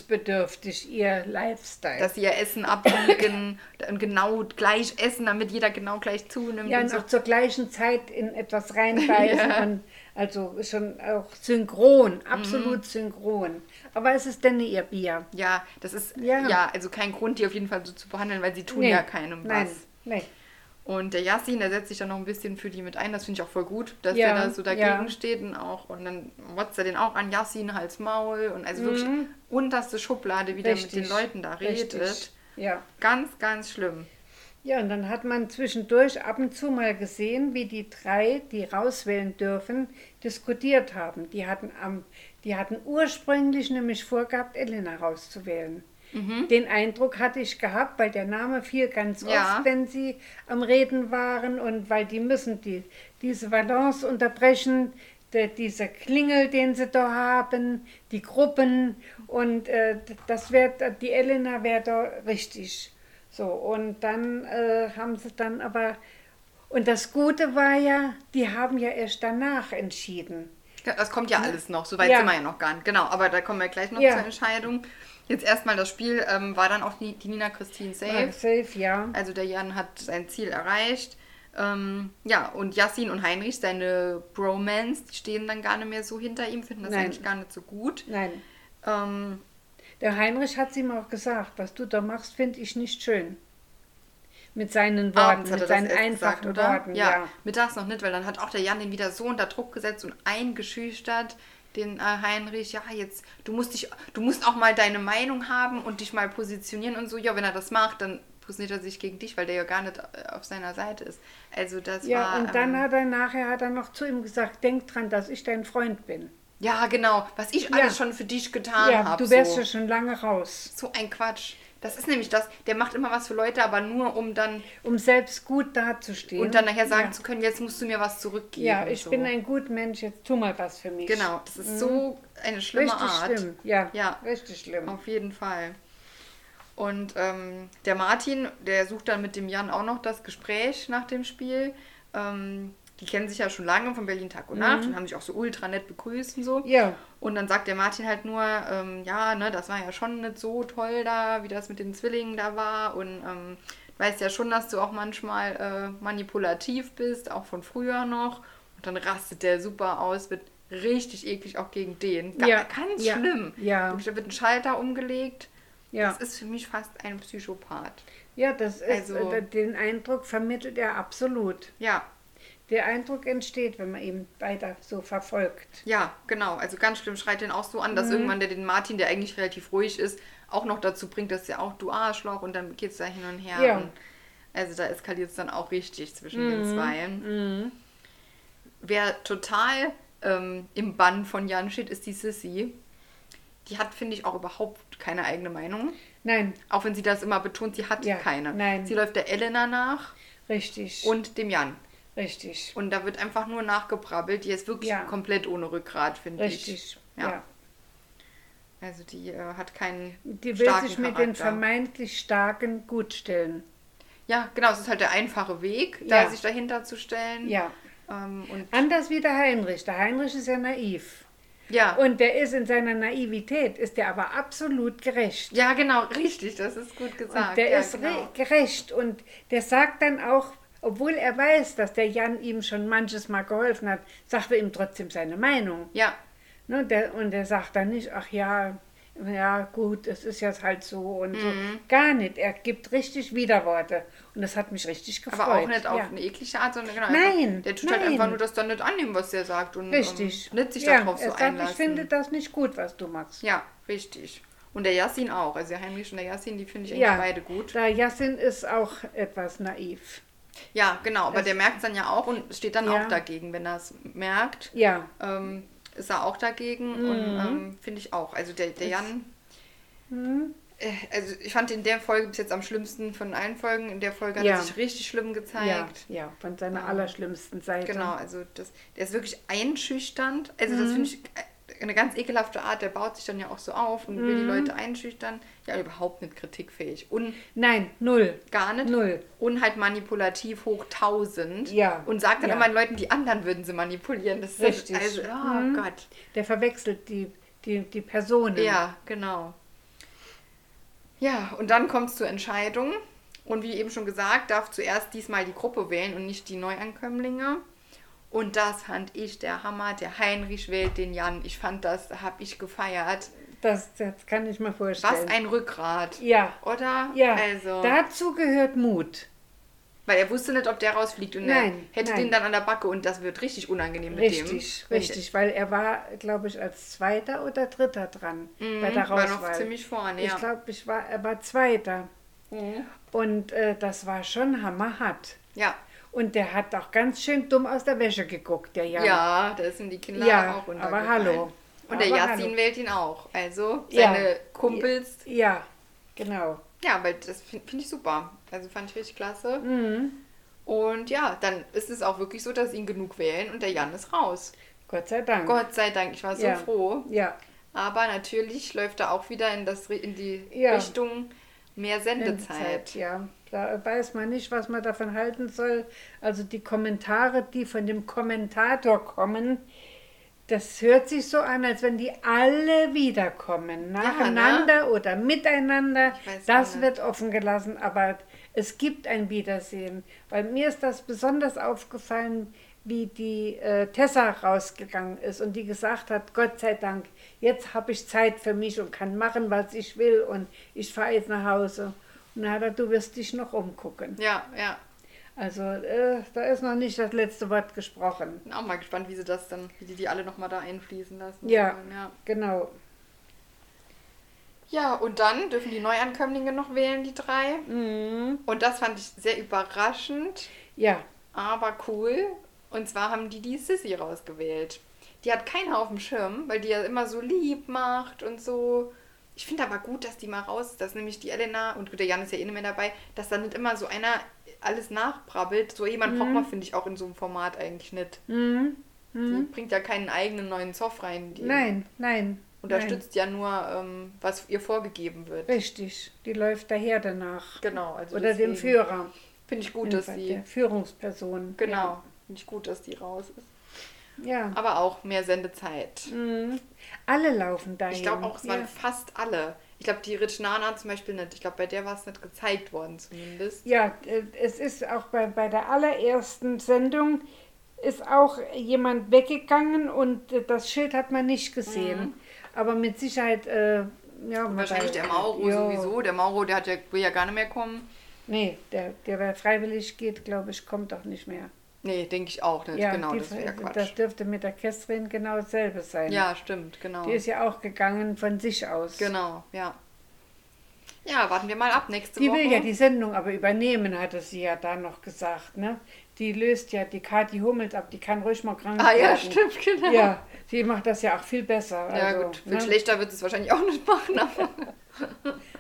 gewöhnungsbedürftig, ihr Lifestyle.
dass sie ihr Essen abwiegen und genau gleich essen, damit jeder genau gleich zunimmt.
ja,
und
und
so.
auch zur gleichen Zeit in etwas reinbeißen. und also schon auch
Mhm.
synchron, absolut synchron. Aber es ist denn ihr Bier.
ja das ist ja.
Ja.
also kein Grund, die auf jeden Fall so zu behandeln, weil sie tun
Nee,
ja keinem
Nein,
was.
nein.
Und der Yassin, der setzt sich dann noch ein bisschen für die mit ein. Das finde ich auch voll gut, dass
Ja,
der da so dagegen
ja.
steht und auch. Und dann motzt er den auch an, Yassin, Hals, Maul. Und also wirklich
Mhm.
unterste Schublade, wie der mit den Leuten da redet.
richtig. Ja.
Ganz, ganz schlimm.
Ja, und dann hat man zwischendurch ab und zu mal gesehen, wie die drei, die rauswählen dürfen, diskutiert haben. Die hatten, am, die hatten ursprünglich nämlich vorgehabt, Elena rauszuwählen. Den Eindruck hatte ich gehabt, weil der Name fiel ganz
Ja.
oft, wenn sie am Reden waren und weil die müssen die, diese Balance unterbrechen, der, dieser Klingel, den sie da haben, die Gruppen und äh, das wär, die Elena wäre da richtig. So, und dann äh, haben sie dann aber, und das Gute war ja, die haben ja erst danach entschieden.
Ja, Das kommt ja alles noch, so weit
Mhm. Ja.
sind wir ja noch gar nicht. Genau, aber da kommen wir gleich noch
Ja.
zur Entscheidung. Jetzt erstmal das Spiel, ähm, war dann auch die, die Nina Christine safe.
Ah, Safe, ja.
Also der Jan hat sein Ziel erreicht. Ähm, ja, und Yassin und Heinrich, seine Bromance, die stehen dann gar nicht mehr so hinter ihm, finden das
Nein.
eigentlich gar nicht so gut.
Nein.
Ähm,
Der Heinrich hat sie ihm auch gesagt, was du da machst, finde ich nicht schön. Mit seinen Worten,
abends Ah, hat er
mit
das
seinen
erst gesagt,
einfachen
oder?
Worten,
ja.
ja.
mittags noch nicht, weil dann hat auch der Jan den wieder so unter Druck gesetzt und eingeschüchtert, den äh, Heinrich, ja, jetzt, du musst dich, du musst auch mal deine Meinung haben und dich mal positionieren und so. Ja, wenn er das macht, dann positioniert er sich gegen dich, weil der ja gar nicht äh, auf seiner Seite ist. Also das
Ja,
war.
und dann
ähm,
hat er nachher hat er noch zu ihm gesagt, denk dran, dass ich dein Freund bin.
Ja, genau. Was ich alles schon für dich getan
ja,
habe.
du wärst
Ah, so.
ja schon lange raus.
so ein Quatsch. Das ist nämlich das. Der macht immer was für Leute, aber nur um dann
Um selbst gut dazustehen.
und dann nachher sagen
ja.
zu können, jetzt musst du mir was zurückgeben.
Ja, ich
so.
bin ein gut Mensch, jetzt tu mal was für mich.
Genau, das ist so eine schlimme
Richtig
Art.
schlimm, ja.
Ja.
Richtig schlimm.
Auf jeden Fall. Und ähm, der Martin, der sucht dann mit dem Jan auch noch das Gespräch nach dem Spiel. Ähm, die kennen sich ja schon lange von Berlin Tag und
Mhm.
Nacht und haben sich auch so ultra nett begrüßt und so.
Ja.
Und dann sagt der Martin halt nur, ähm, ja, ne, das war ja schon nicht so toll da, wie das mit den Zwillingen da war. Und ähm, weißt ja schon, dass du auch manchmal äh, manipulativ bist, auch von früher noch. Und dann rastet der super aus, wird richtig eklig auch gegen den. Ga-
Ja,
Ganz
ja,
schlimm.
ja.
Wirklich, Da wird ein Schalter umgelegt.
Ja.
Das ist für mich fast ein Psychopath.
Ja, das ist,
Also-
äh, den Eindruck vermittelt er absolut.
Ja,
Der Eindruck entsteht, wenn man ihn weiter so verfolgt.
ja, genau. Also ganz schlimm schreit den auch so an, dass
Mhm.
irgendwann der den Martin, der eigentlich relativ ruhig ist, auch noch dazu bringt, dass er auch du Arschloch und dann geht's da hin und her.
Ja. Mhm.
Und also da eskaliert es dann auch richtig zwischen den Zweien. Wer total ähm, im Bann von Jan steht, ist die Sissy. Die hat, finde ich, auch überhaupt keine eigene Meinung.
Nein,
Auch wenn sie das immer betont, sie hat
Ja,
keine.
nein.
Sie läuft der Elena nach
richtig.
und dem Jan.
richtig.
Und da wird einfach nur nachgebrabbelt. Die ist wirklich
Ja.
komplett ohne Rückgrat, finde ich.
Richtig.
Ja.
Ja.
Also die äh, hat keinen
Die will
starken
sich mit
Charakter.
den vermeintlich Starken gutstellen.
Ja, genau. Es ist halt der einfache Weg, da
Ja.
sich dahinter zu stellen.
Ja.
Ähm, und
Anders wie der Heinrich. Der Heinrich ist ja naiv.
ja.
Und der ist in seiner Naivität, ist der aber absolut gerecht.
ja, genau, richtig. Das ist gut gesagt.
Und der
ja,
ist re-
genau.
gerecht und der sagt dann auch, obwohl er weiß, dass der Jan ihm schon manches Mal geholfen hat, sagt er ihm trotzdem seine Meinung.
Ja,
Ne, der, und der sagt dann nicht, ach ja, ja gut, es ist jetzt halt so und so.
Mhm.
Gar nicht. Er gibt richtig Widerworte. Und das hat mich richtig gefreut.
aber auch nicht auf
ja.
eine eklige Art, sondern genau. einfach,
Nein,
der tut halt
nein.
einfach nur das dann nicht annehmen, was der sagt und
Richtig.
Ähm, nicht sich
ja,
darauf so
er sagt,
einlassen.
ich finde das nicht gut, was du machst.
ja, richtig. Und der Yassin auch. Also der Heinrich und der Yassin, die finde ich eigentlich
Ja,
beide gut.
Der Yassin ist auch etwas naiv.
Ja, genau, aber der merkt es dann ja auch und steht dann
Ja.
auch dagegen, wenn er es merkt.
Ja.
Ähm, ist er auch dagegen
Mhm.
und ähm, finde ich auch. Also der, der Jan.
Mhm.
Äh, Also ich fand in der Folge bis jetzt am schlimmsten von allen Folgen. In der Folge hat
Ja.
er sich richtig schlimm
Ja,
gezeigt.
ja, von seiner allerschlimmsten Seite. Mhm.
Genau, also das, der ist wirklich einschüchternd. Also das finde ich äh, eine ganz ekelhafte Art, der baut sich dann ja auch so auf und
Mhm.
will die Leute einschüchtern. Ja, überhaupt nicht kritikfähig. Und
Nein, null.
gar nicht.
Null.
Und halt manipulativ hoch 1000.
Ja,
Und sagt dann
ja.
immer den Leuten, die anderen würden sie manipulieren. Das ist
Richtig. Mhm.
Also, oh Gott.
Der verwechselt die, die, die Personen.
Ja, genau. Ja, und dann kommt es zur Entscheidung. Und wie eben schon gesagt, darf zuerst diesmal die Gruppe wählen und nicht die Neuankömmlinge. Und das fand ich der Hammer. Der Heinrich wählt den Jan. Ich fand das, habe ich gefeiert.
Das, das kann ich mir vorstellen.
Was ein Rückgrat.
Ja.
Oder?
Ja,
Also,
dazu gehört Mut.
weil er wusste nicht, ob der rausfliegt und
Nein,
er hätte
nein.
den dann an der Backe und das wird richtig unangenehm mit dem.
Richtig, richtig, weil er war, glaube ich, als Zweiter oder Dritter dran bei der
Mhm, war noch
Rauswahl.
ziemlich vorne, ja. Mhm.
Ich glaube, ich war, er war Zweiter. Und äh, das war schon hammerhart.
Ja.
Und der hat auch ganz schön dumm aus der Wäsche geguckt, der Jan.
Ja, da sind die Kinder
Ja,
auch runtergefallen.
aber hallo.
Und der
Aber
Yassin
hallo.
wählt ihn auch. Also
Ja.
seine Kumpels.
Ja, genau.
Ja, weil das finde find ich super. Also fand ich richtig klasse.
Mhm.
Und ja, dann ist es auch wirklich so, dass ihn genug wählen und der Jan ist raus.
Gott sei Dank.
Gott sei Dank, ich war so
ja.
froh.
Ja,
Aber natürlich läuft er auch wieder in, das, in die
Ja.
Richtung mehr Sendezeit.
Ja, da weiß man nicht, was man davon halten soll. Also die Kommentare, die von dem Kommentator kommen, das hört sich so an, als wenn die alle wiederkommen, nacheinander oder miteinander.
ne? Ich weiß auch
Das
nicht.
wird offen gelassen, aber es gibt ein Wiedersehen. Bei mir ist das besonders aufgefallen, wie die äh, Tessa rausgegangen ist und die gesagt hat, Gott sei Dank, jetzt habe ich Zeit für mich und kann machen, was ich will und ich fahre jetzt nach Hause. Und dann hat er, du wirst dich noch umgucken.
Ja, ja.
Also äh, da ist noch nicht das letzte Wort gesprochen.
Bin auch mal gespannt, wie sie das dann, wie die die alle nochmal da einfließen lassen.
Ja,
ja.
genau.
Ja, und dann dürfen die Neuankömmlinge noch wählen, die drei.
Mhm.
Und das fand ich sehr überraschend,
Ja,
aber cool. Und zwar haben die die Sissy rausgewählt. Die hat keiner auf dem Schirm, weil die ja immer so lieb macht und so. Ich finde aber gut, dass die mal raus ist, dass nämlich die Elena und gut, der Jan ist ja eh nicht mehr dabei, dass da nicht immer so einer alles nachbrabbelt. So jemand
Mhm.
braucht man, finde ich, auch in so einem Format eigentlich nicht. Die bringt ja keinen eigenen neuen Zoff rein. Die
Mhm. nein, nein.
unterstützt ja nur, ähm, was ihr vorgegeben wird.
Nein. Richtig, die läuft der Herde nach.
Genau, also
Oder dem
deswegen
Führer.
Finde ich gut, dass
der
die.
Führungsperson.
Genau. Finde ich gut, dass die raus ist.
Ja.
Aber auch mehr Sendezeit.
Alle laufen dahin.
Ich glaube auch, es waren
Mhm. ja.
fast alle. Ich glaube, die Rich Nana zum Beispiel nicht. Ich glaube, bei der war es nicht gezeigt worden zumindest.
Ja, äh, es ist auch bei, bei der allerersten Sendung ist auch jemand weggegangen und äh, das Schild hat man nicht gesehen. Aber mit Sicherheit, äh, ja, man
Mhm. Wahrscheinlich
weiß-
der Mauro
Ja.
sowieso. Der Mauro, der hat ja, will ja gar nicht mehr kommen.
Nee, der, der wer freiwillig geht, glaube ich, kommt doch nicht mehr.
Nee, denke ich auch nicht.
Ja,
genau,
die,
das wäre ja Quatsch.
das dürfte mit der Kästrin genau dasselbe sein.
ja, stimmt, genau.
Die ist ja auch gegangen von sich aus.
Genau, ja. Ja, warten wir mal ab nächste
Die
Woche.
will ja die Sendung aber übernehmen, hatte sie ja da noch gesagt, ne? Die löst ja die Kathi Hummels ab, die kann ruhig mal krank
ah ja,
werden.
stimmt, genau.
Ja, sie macht das ja auch viel besser. Also,
Ja, gut. Viel
ne?
schlechter wird es wahrscheinlich auch nicht machen, aber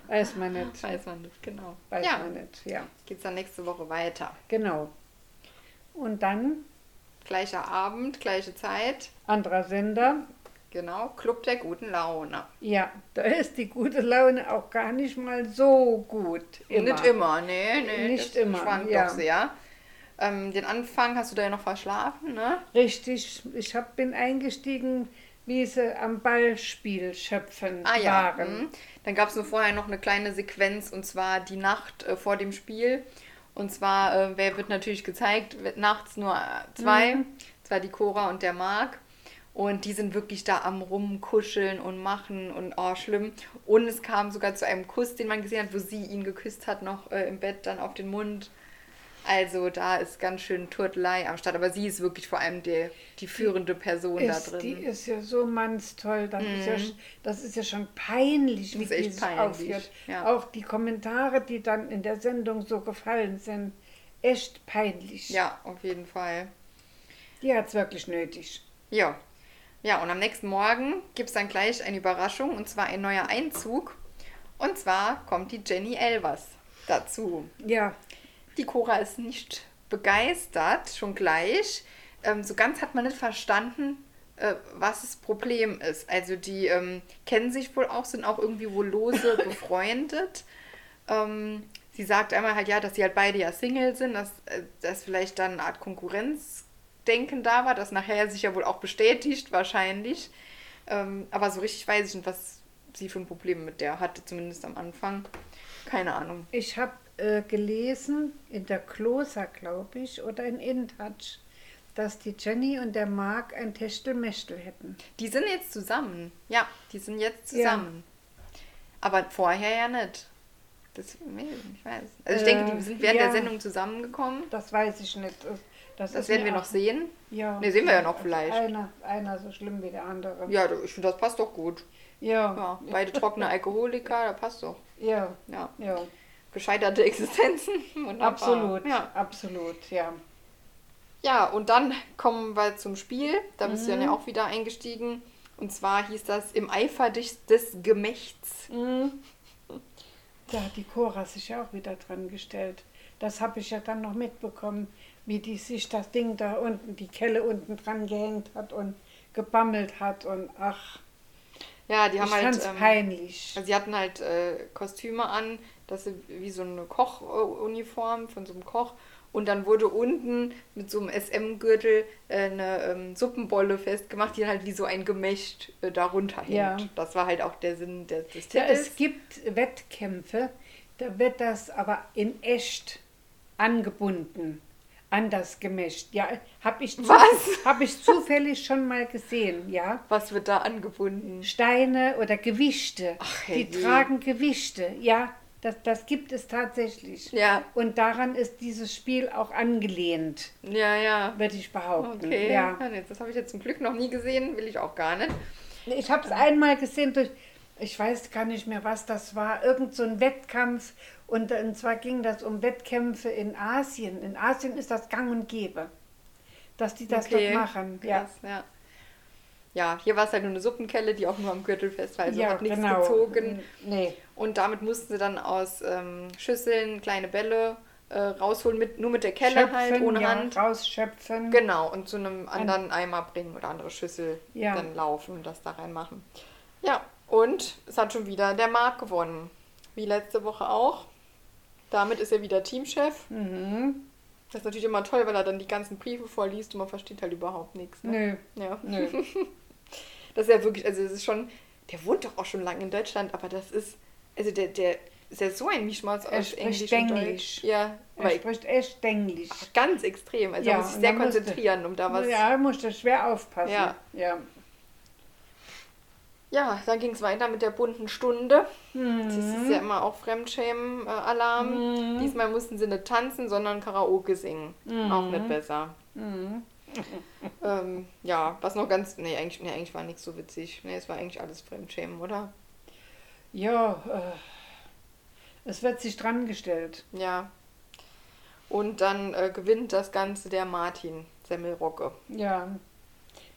Weiß man nicht.
weiß man nicht, genau.
Weiß
ja,
man nicht, ja.
geht's dann nächste Woche weiter.
Genau. Und dann,
Gleicher Abend, gleiche Zeit.
anderer Sender,
Genau, Club der guten Laune.
ja, da ist die gute Laune auch gar nicht mal so gut. Immer.
Nicht immer, nee, nee.
Nicht
das
immer,
Schwankt
ja.
doch sehr. Ähm, den Anfang hast du da ja noch verschlafen, ne?
Richtig, ich hab, bin eingestiegen, wie sie am Ballspiel schöpfen
Ah ja.
waren.
mhm. Dann gab es nur vorher noch eine kleine Sequenz und zwar die Nacht äh, vor dem Spiel. Und zwar, äh, wer wird natürlich gezeigt, wird nachts nur äh, zwei.
Mhm.
Zwar die Cora und der Marc. Und die sind wirklich da am Rumkuscheln und machen und oh, schlimm. Und es kam sogar zu einem Kuss, den man gesehen hat, wo sie ihn geküsst hat, noch äh, im Bett, dann auf den Mund. Also da ist ganz schön Turtelei am Start. Aber sie ist wirklich vor allem die, die führende Person
ist,
da drin.
Die ist ja so mannstoll. Das, ist, ja, sch- das ist ja schon peinlich, wie
ist echt
die sich
peinlich,
aufführt.
ja.
Auch die Kommentare, die dann in der Sendung so gefallen sind, echt peinlich.
ja, auf jeden Fall.
Die hat es wirklich nötig.
Ja. Ja, und am nächsten Morgen gibt es dann gleich eine Überraschung und zwar ein neuer Einzug. Und zwar kommt die Jenny Elvers dazu.
Ja,
Die Cora ist nicht begeistert, schon gleich. Ähm, so ganz hat man nicht verstanden, äh, äh, was das Problem ist. Also die ähm, kennen sich wohl auch, sind auch irgendwie wohl lose befreundet. Ähm, sie sagt einmal halt ja, dass sie halt beide ja Single sind, dass, äh, dass vielleicht dann eine Art Konkurrenzdenken da war, das nachher sich ja wohl auch bestätigt wahrscheinlich. Ähm, aber so richtig weiß ich nicht, was sie für ein Problem mit der hatte, zumindest am Anfang. Keine Ahnung.
Ich habe äh, gelesen, in der Kloser, glaube ich, oder in InTouch, dass die Jenny und der Mark ein Techtelmechtel hätten.
Die sind jetzt zusammen. Ja, die sind jetzt zusammen. Aber vorher ja nicht. Das, nee, ich weiß. Also ich
Äh,
denke, die sind während
ja.
der Sendung zusammengekommen.
Das weiß ich nicht. Das,
Das
ist
werden
mir
wir noch
auch-
sehen.
Ja. Also
Ne, sehen wir ja noch vielleicht.
Einer, einer so schlimm wie der andere.
Ja, du- ich finde, das passt doch gut.
Ja.
Ja, beide trockene Alkoholiker, da passt doch.
Ja.
Ja,
ja.
gescheiterte Existenzen. Wunderbar.
Absolut.
Ja.
Absolut, ja.
ja, und dann kommen wir zum Spiel. Da bist du dann
Mhm.
ja auch wieder eingestiegen. Und zwar hieß das im Eifer des, des Gemächts.
Mhm. Da hat die Cora sich ja auch wieder dran gestellt. Das habe ich ja dann noch mitbekommen, wie die sich das Ding da unten, die Kelle unten dran gehängt hat und gebammelt hat und ach,
Ja, die
ich
haben
fand's
halt. ähm,
peinlich.
Also sie hatten halt äh, Kostüme an, das sind wie so eine Kochuniform von so einem Koch. Und dann wurde unten mit so einem SM-Gürtel äh, eine ähm, Suppenbolle festgemacht, die halt wie so ein Gemächt äh, darunter hängt.
Ja.
Das war halt auch der Sinn des, des
ja,
Titels.
es gibt Wettkämpfe, da wird das aber in echt angebunden, anders gemischt. Ja, habe ich, zu-
Was?
hab ich zufällig schon mal gesehen, ja.
Was wird da angebunden?
Steine oder Gewichte.
Ach,
die
herrje.
tragen Gewichte, ja. Das, das gibt es tatsächlich.
Ja.
Und daran ist dieses Spiel auch angelehnt,
Ja, ja.
würde ich behaupten.
Okay.
Ja.
Ah, nee, Das habe ich jetzt zum Glück noch nie gesehen, will ich auch gar nicht.
Ich habe es einmal gesehen durch, ich weiß gar nicht mehr, was das war, irgend so ein Wettkampf. Und, äh, und zwar ging das um Wettkämpfe in Asien. In Asien ist das gang und gäbe, dass die das
okay.
dort machen. Ja.
Krass, ja. Ja, hier war es halt nur eine Suppenkelle, die auch nur am Gürtel fest war. Also
ja,
hat nichts
genau.
gezogen.
Nee.
Und damit mussten sie dann aus ähm, Schüsseln kleine Bälle äh, rausholen, mit, nur mit der Kelle halt, ohne
ja,
Hand.
Rausschöpfen.
Genau, und zu einem anderen Eimer bringen oder andere Schüssel
Ja.
dann laufen und das da reinmachen. Ja, und es hat schon wieder der Marc gewonnen. Wie letzte Woche auch. Damit ist er wieder Teamchef.
Mhm.
Das ist natürlich immer toll, weil er dann die ganzen Briefe vorliest und man versteht halt überhaupt nichts. Ne?
Nö.
Ja.
Nö.
Das ist ja wirklich, also es ist schon, der wohnt doch auch schon lange in Deutschland, aber das ist, also der, der ist ja so ein Mischmaus
Er
aus Englisch und
spricht Englisch.
Deutsch. Ja,
Er
aber
spricht echt Englisch.
ganz extrem. Also
Ja,
man muss sich
und
sehr
dann musste-
konzentrieren, um da was.
Ja, er musste schwer aufpassen.
Ja.
ja.
Ja, dann ging es weiter mit der bunten Stunde. Das
Mhm.
ist ja immer auch Fremdschämen-Alarm. Diesmal mussten sie nicht tanzen, sondern Karaoke singen.
Mhm.
Auch nicht besser. ähm, ja, was noch ganz. Nee, eigentlich, nee, eigentlich war nichts so witzig. Nee, es war eigentlich alles Fremdschämen, oder?
Ja, äh, es wird sich dran gestellt.
Ja. Und dann äh, gewinnt das Ganze der Martin Semmelrocke.
Ja.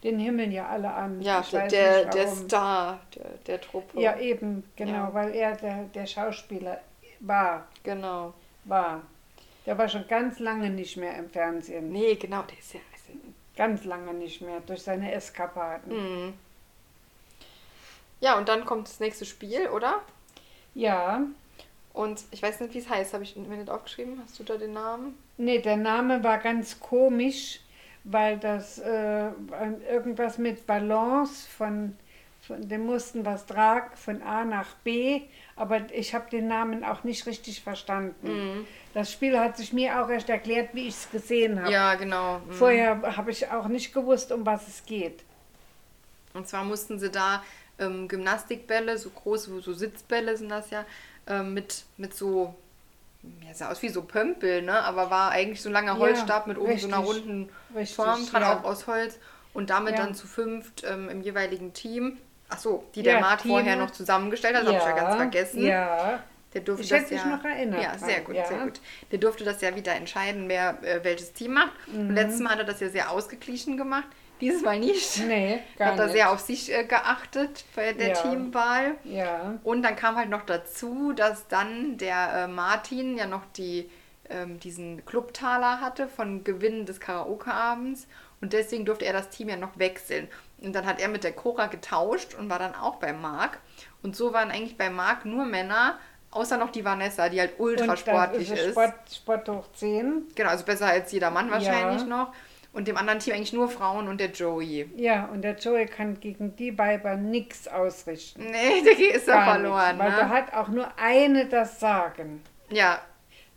Den himmeln ja alle an.
Ja,
Ich
der,
weiß
der,
nicht,
der
warum.
Star der, der Truppe.
Ja, eben, genau,
Ja.
weil er der, der Schauspieler war,
Genau.
war. Der war schon ganz lange nicht mehr im Fernsehen.
Nee, genau, der ist ja. Ist ja
Ganz lange nicht mehr durch seine Eskapaden.
Hm. ja, und dann kommt das nächste Spiel, oder?
Ja.
Und ich weiß nicht, wie es heißt. Habe ich mir nicht aufgeschrieben? Hast du da den Namen?
Nee, der Name war ganz komisch, weil das äh, irgendwas mit Balance von, von dem mussten was tragen von A nach B, aber ich habe den Namen auch nicht richtig verstanden.
Mhm.
Das Spiel hat sich mir auch erst erklärt, wie ich es gesehen habe.
Ja, genau. mhm.
Vorher habe ich auch nicht gewusst, um was es geht.
Und zwar mussten sie da ähm, Gymnastikbälle, so große, so Sitzbälle sind das ja, ähm, mit, mit so, ja, sah aus wie so Pömpel, ne? Aber war eigentlich so ein langer
Ja,
Holzstab mit oben so einer
richtig,
runden
richtig,
Form dran,
ja.
auch aus Holz. Und damit
Ja.
dann zu fünft ähm, im jeweiligen Team. Achso, die der
Ja,
Mart
Team.
vorher noch zusammengestellt hat, das habe ich ja ganz vergessen.
Ja,
Der durfte
Ich
das
hätte
ja,
dich noch erinnert
Ja,
dran,
sehr gut,
ja.
sehr gut. Der durfte das ja wieder entscheiden, wer äh, welches Team macht.
Mhm.
Und letztes Mal hat er das ja sehr ausgeglichen gemacht. Dieses Mal nicht.
Nee, gar
Hat er
nicht.
sehr auf sich äh, geachtet bei der
Ja.
Teamwahl.
ja.
Und dann kam halt noch dazu, dass dann der äh, Martin ja noch die, ähm, diesen Clubtaler hatte von Gewinn des Karaoke-Abends. Und Und deswegen durfte er das Team ja noch wechseln. Und dann hat er mit der Cora getauscht und war dann auch bei Marc. Und so waren eigentlich bei Marc nur Männer, außer noch die Vanessa, die halt ultra
Und dann
sportlich
ist
ist.
es Sport, Sport hoch 10.
Genau, also besser als jeder Mann wahrscheinlich
Ja.
noch. Und dem anderen Team eigentlich nur Frauen und der Joey.
Ja, und der Joey kann gegen die Weiber nichts ausrichten.
Nee, der ist ja
Gar
verloren.
nichts, weil
Ne?
da hat auch nur eine das Sagen.
Ja,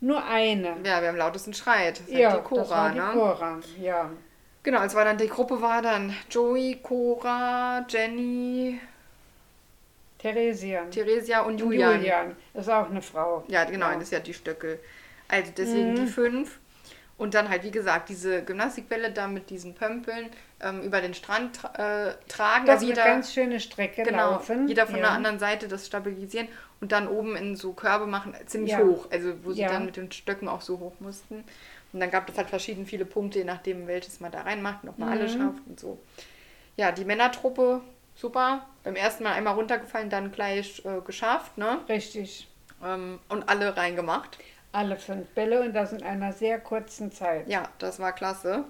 Nur eine.
ja, wer am lautesten schreit. Das ist
ja,
halt die Cora,
das war die
ne?
Cora. Ja.
Genau, es war dann die Gruppe war dann Joey, Cora, Jenny,
Theresian.
Theresia und Julian.
Julian ist auch eine Frau.
Ja, genau, das ist ja die Stöckel. Also
Mhm.
deswegen die fünf. Und dann halt, wie gesagt, diese Gymnastikwelle da mit diesen Pömpeln ähm, über den Strand tra äh, tragen.
Das
also
ist
jeder,
eine ganz schöne Strecke
genau,
laufen.
jeder von
ja.
der anderen Seite das stabilisieren und dann oben in so Körbe machen, äh, ziemlich
Ja.
hoch. Also wo sie
Ja.
dann mit den Stöcken auch so hoch mussten. Und dann gab es halt verschieden viele Punkte, je nachdem, welches man da reinmacht und ob man
Mhm.
alle schafft und so. Ja, die Männertruppe, super. Beim ersten Mal einmal runtergefallen, dann gleich äh, geschafft, ne?
Richtig.
Ähm, und alle reingemacht.
Alle fünf Bälle und das in einer sehr kurzen Zeit.
Ja, das war klasse.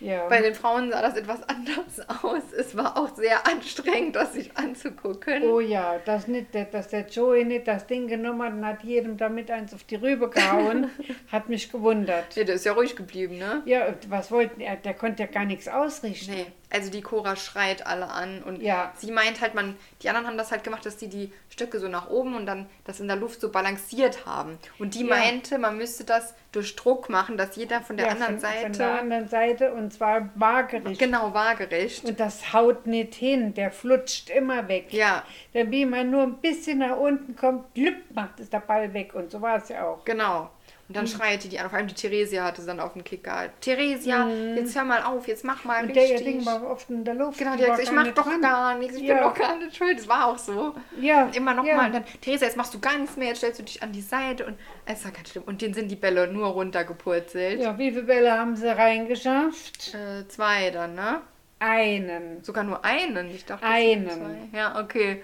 Ja.
Bei den Frauen sah das etwas anders aus. Es war auch sehr anstrengend, das sich anzugucken.
Oh ja, dass, nicht, der- dass der Joey nicht das Ding genommen hat und hat jedem damit eins auf die Rübe gehauen, hat mich gewundert.
Nee, der ist ja ruhig geblieben, ne?
Ja, was wollten er? Der konnte ja gar nichts ausrichten.
Nee, also die Cora schreit alle an und
Ja.
sie meint halt, man, die anderen haben das halt gemacht, dass die die Stöcke so nach oben und dann das in der Luft so balanciert haben. Und die meinte, man müsste das durch Druck machen, dass jeder von der
ja,
anderen
von,
Seite
Von der anderen Seite und zwar waagerecht.
genau waagerecht.
Und das haut nicht hin, der flutscht immer weg.
Ja.
Der wie man nur ein bisschen nach unten kommt, glüpp macht es der Ball weg und so war es ja auch.
Genau. Und
Mhm.
dann schreite die an. Vor allem die Theresia hatte es dann auf den Kick gehalten. Theresia, jetzt hör mal auf, jetzt mach mal
Mhm. Und der ihr
richtig.
Ding war oft in der Luft.
Genau,
die
die hat
war
gesagt, ich
gar
mach
nicht
doch
dran.
gar nichts, ich
Ja.
bin doch gar nicht schuld. Das war auch so.
Ja,
Und immer
ja.
nochmal. Und Dann, Theresa, jetzt machst du gar nichts mehr, jetzt stellst du dich an die Seite und es war ganz schlimm. Und denen sind die Bälle nur runtergepurzelt.
Ja, wie viele Bälle haben sie reingeschafft?
Äh, zwei dann, ne?
Einen.
Sogar nur einen. Ich dachte, es
Einen.
sind zwei. Ja, okay.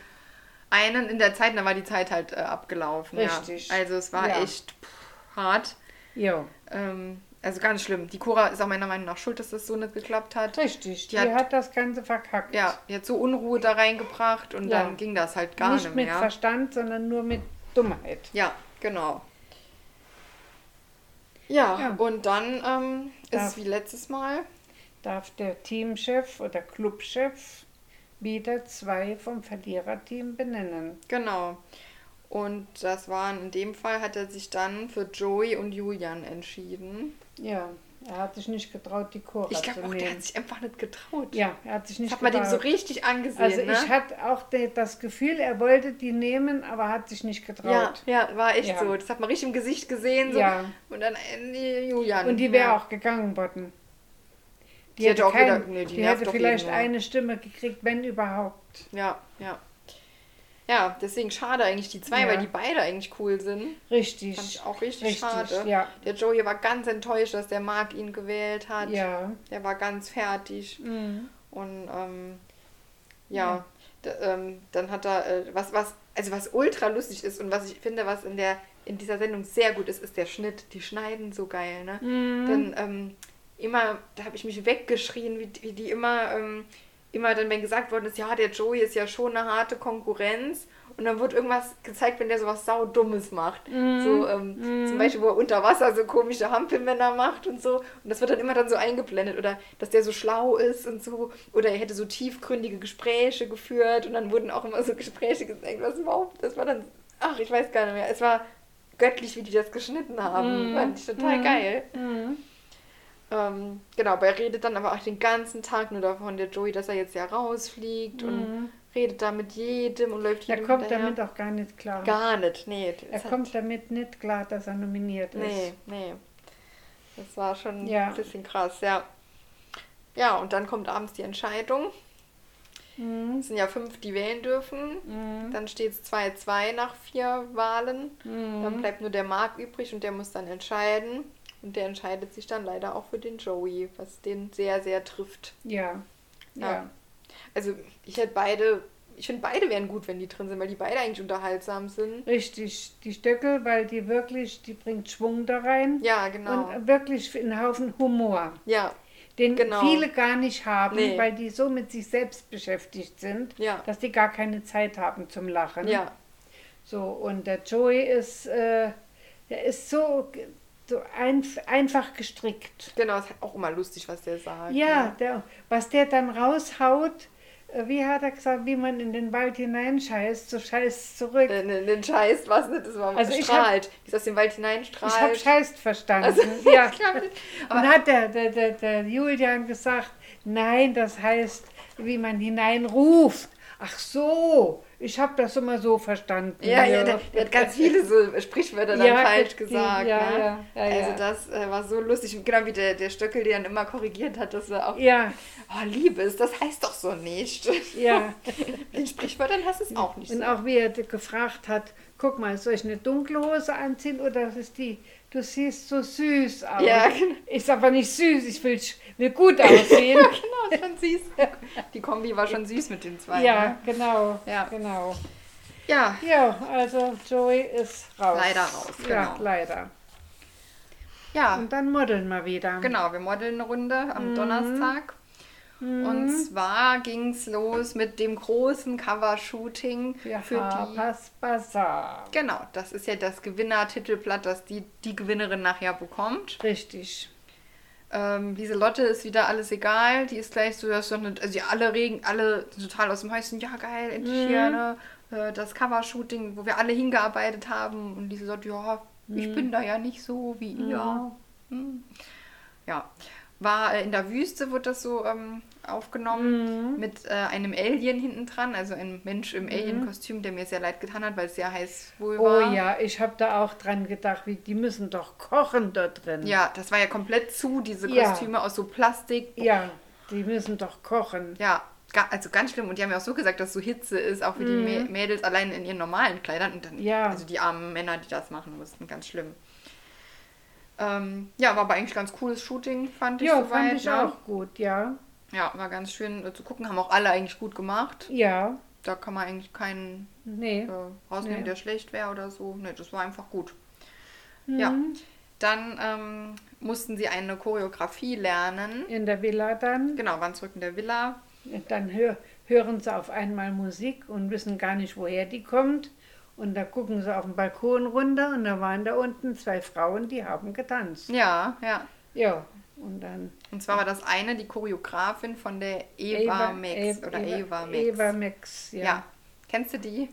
Einen in der Zeit, dann war die Zeit halt äh, abgelaufen.
Richtig.
Ja. Also es war
Ja.
echt pff, hart.
Ja.
Ähm, also ganz schlimm. Die Cora ist auch meiner Meinung nach schuld, dass das so nicht geklappt hat.
Richtig, die,
Die hat-
hat, das Ganze verkackt.
Ja, die hat so Unruhe da reingebracht und
Ja.
dann ging das halt gar
Nicht
nicht
mit
mehr.
Verstand, sondern nur mit Dummheit.
Ja, genau. Ja,
Ja.
und dann ähm, ist
Ja.
es wie letztes Mal.
Darf der Teamchef oder Clubchef wieder zwei vom Verliererteam benennen.
Genau. Und das waren, in dem Fall hat er sich dann für Joey und Julian entschieden.
Ja, er hat sich nicht getraut, die Cora
Ich
zu
glaube auch,
nehmen.
der hat sich einfach nicht getraut.
ja, er hat sich nicht
Das hat man dem
getraut.
so richtig angesehen.
also
ne?
ich hatte auch de- das Gefühl, er wollte die nehmen, aber hat sich nicht
ja,
getraut.
ja, war echt
Ja.
so. Das hat man richtig im Gesicht gesehen. So.
Ja.
Und dann äh, nee, Julian.
Und die wäre
ja.
auch gegangen worden.
Die hätte auch
kein-
wieder- nee, die
die
nervt
hätte
doch
vielleicht
jeden, ja.
eine Stimme gekriegt, wenn überhaupt.
Ja, ja. Ja, deswegen schade eigentlich die zwei,
Ja.
weil die beide eigentlich cool sind.
Richtig.
Fand ich auch richtig,
Richtig,
schade.
ja.
Der Joey war ganz enttäuscht, dass der Marc ihn gewählt hat.
Ja. Mhm.
Der war ganz fertig. Und ähm, ja, D ähm, dann hat er, äh, was, was, also was ultra lustig ist und was ich finde, was in der in dieser Sendung sehr gut ist, ist der Schnitt. Die schneiden so geil, ne?
Mhm.
Dann ähm, immer, da habe ich mich weggeschrien, wie, wie die immer, ähm, immer dann, wenn gesagt worden ist, ja, der Joey ist ja schon eine harte Konkurrenz. Und dann wird irgendwas gezeigt, wenn der sowas saudummes macht.
Mhm.
So, ähm, Zum Beispiel, wo er unter Wasser so komische Hampelmänner macht und so. Und das wird dann immer dann so eingeblendet. Oder dass der so schlau ist und so. Oder er hätte so tiefgründige Gespräche geführt. Und dann wurden auch immer so Gespräche gezeigt. Was überhaupt? Das war dann, ach, ich weiß gar nicht mehr. Es war göttlich, wie die das geschnitten
Mhm.
haben. Fand ich total geil. Ähm, genau, aber er redet dann aber auch den ganzen Tag nur davon, der Joey, dass er jetzt ja rausfliegt und redet da mit jedem und läuft
Er
jedem
Mhm. kommt
hinterher.
damit auch gar nicht klar.
Gar nicht, nee.
er
das hat-
kommt damit nicht klar, dass er nominiert
Nee,
ist.
nee. Das war schon
Ja.
ein bisschen krass, ja. Ja, und dann kommt abends die Entscheidung.
Mhm.
Es sind ja fünf, die wählen dürfen. Dann steht es 2-2 nach vier Wahlen.
Mhm.
Dann bleibt nur der Marc übrig und der muss dann entscheiden. Und der entscheidet sich dann leider auch für den Joey, was den sehr, sehr trifft.
Ja.
Ja.
Ja.
Also ich hätte beide, ich finde beide wären gut, wenn die drin sind, weil die beide eigentlich unterhaltsam sind.
Richtig, die Stöckel, weil die wirklich, die bringt Schwung da rein.
Ja, genau.
Und wirklich einen Haufen Humor.
ja,
den
Genau.
viele gar nicht haben,
Nee.
weil die so mit sich selbst beschäftigt sind,
Ja.
dass die gar keine Zeit haben zum Lachen.
Ja,
So, und der Joey ist, äh, der ist so, so einf einfach gestrickt.
genau, ist halt auch immer lustig, was der sagt.
Ja, der, was der dann raushaut, äh, wie hat er gesagt, wie man in den Wald hineinscheißt, so scheißt zurück.
Den, den, den Äh, ne, Scheiß, was nicht, das war
Also ich
strahlt. Wie es aus dem Wald hinein
ich habe
strahlt.
scheißt verstanden.
Also,
ja.
ich glaub nicht.
Und
Aber-
hat der, der, der, der Julian gesagt, nein, das heißt, wie man hineinruft. Ach so, ich habe das immer so verstanden.
Ja, ja, der, der hat ganz viele so Sprichwörter dann
Ja,
falsch
die-
gesagt.
ja,
ne?
ja, ja, ja.
also das äh, war so lustig. Und Genau wie der, der Stöckel, der dann immer korrigiert hat, dass er auch,
Ja,
oh, Liebes, das heißt doch so nicht.
ja.
Mit den Sprichwörtern hast du es auch nicht
Und
so.
auch wie er d- gefragt hat, guck mal, soll ich eine dunkle Hose anziehen oder ist die, du siehst so süß aus.
Ja, genau.
Ist aber nicht süß, ich will, sch- will gut aussehen.
genau, ist schon süß. Die Kombi war schon süß mit den zwei.
ja,
Ne?
genau,
Ja.
genau.
Ja,
Ja, also Joey ist raus.
Leider raus,
Ja,
genau.
leider.
ja,
Und dann modeln wir wieder.
genau. Wir modeln eine Runde am Donnerstag. Und zwar ging es los mit dem großen Cover-Shooting
Wir
für die
Harper's Bazaar.
Genau, das ist ja das Gewinner-Titelblatt, das die, die Gewinnerin nachher bekommt.
Richtig.
Ähm, Lieselotte ist wieder alles egal. Die ist gleich so, das ist doch eine, also die alle regen, alle total aus dem Häuschen. Ja, geil, endlich hier,
Mhm.
ne? Äh, Das Cover-Shooting, wo wir alle hingearbeitet haben. Und Lieselotte, ja,
Mhm.
ich bin da ja nicht so wie ihr. Hm. Ja. War äh, in der Wüste, wurde das so ähm,
Mhm.
aufgenommen, mit äh, einem Alien hinten dran, also ein Mensch im Alien-Kostüm, der mir sehr leid getan hat, weil es sehr heiß wohl
Oh
war.
ja, ich habe da auch dran gedacht, wie, die müssen doch kochen da drin.
Ja, das war ja komplett zu, diese
Ja.
Kostüme aus so Plastik.
ja die müssen doch kochen.
Ja, ga, also ganz schlimm. Und die haben ja auch so gesagt, dass so Hitze ist, auch für die Mä- Mädels allein in ihren normalen Kleidern. Und dann,
Mhm. Ja.
also die armen Männer, die das machen mussten, ganz schlimm. Ähm, ja, war aber eigentlich ganz cooles Shooting, fand ich
Ja,
soweit.
fand ich
ne?
auch gut, ja.
Ja, war ganz schön äh, zu gucken. Haben auch alle eigentlich gut gemacht.
Ja,
Da kann man eigentlich keinen
nee.
äh, rausnehmen,
Nee.
der schlecht wäre oder so. Ne, das war einfach gut.
Mhm.
Ja, dann ähm, mussten sie eine Choreografie lernen.
In der Villa dann,
Genau, waren zurück in der Villa.
dann hör, hören sie auf einmal Musik und wissen gar nicht, woher die kommt. Und da gucken sie auf den Balkon runter und da waren da unten zwei Frauen, die haben getanzt.
Ja, ja.
Ja, und dann
Und zwar war das eine die Choreografin von der Eva, Max
Eva-
oder Eva, Max.
Eva Max, ja.
ja. Kennst du die?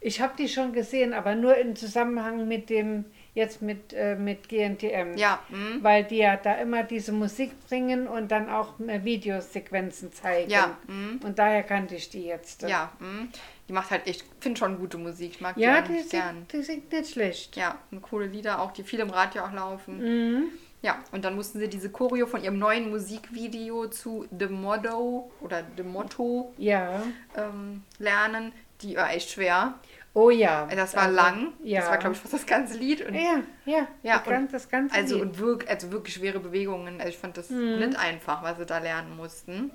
Ich habe die schon gesehen, aber nur im Zusammenhang mit dem, jetzt mit, äh, mit GNTM.
Ja. Hm?
Weil die ja da immer diese Musik bringen und dann auch äh, Videosequenzen zeigen.
Ja, mhm.
Und daher kannte ich die jetzt.
Ja. Hm? Die macht halt echt, finde schon gute Musik. Ich mag die
Ja, die
eigentlich gern.
singt, die singt nicht schlecht.
Ja, und coole Lieder auch, die viel im Radio auch laufen.
Mhm.
Ja, und dann mussten sie diese Choreo von ihrem neuen Musikvideo zu The Motto oder The Motto
Ja.
ähm, lernen. Die war echt schwer.
Oh ja.
Das war
Also,
lang.
Ja.
Das war, glaube ich, fast das ganze Lied. Und
Ja, ja.
Ja,
die kann
und-
das ganze
Also,
Lied.
und wirk, also wirklich schwere Bewegungen. Also ich fand das
Mhm.
nicht einfach, was sie da lernen mussten.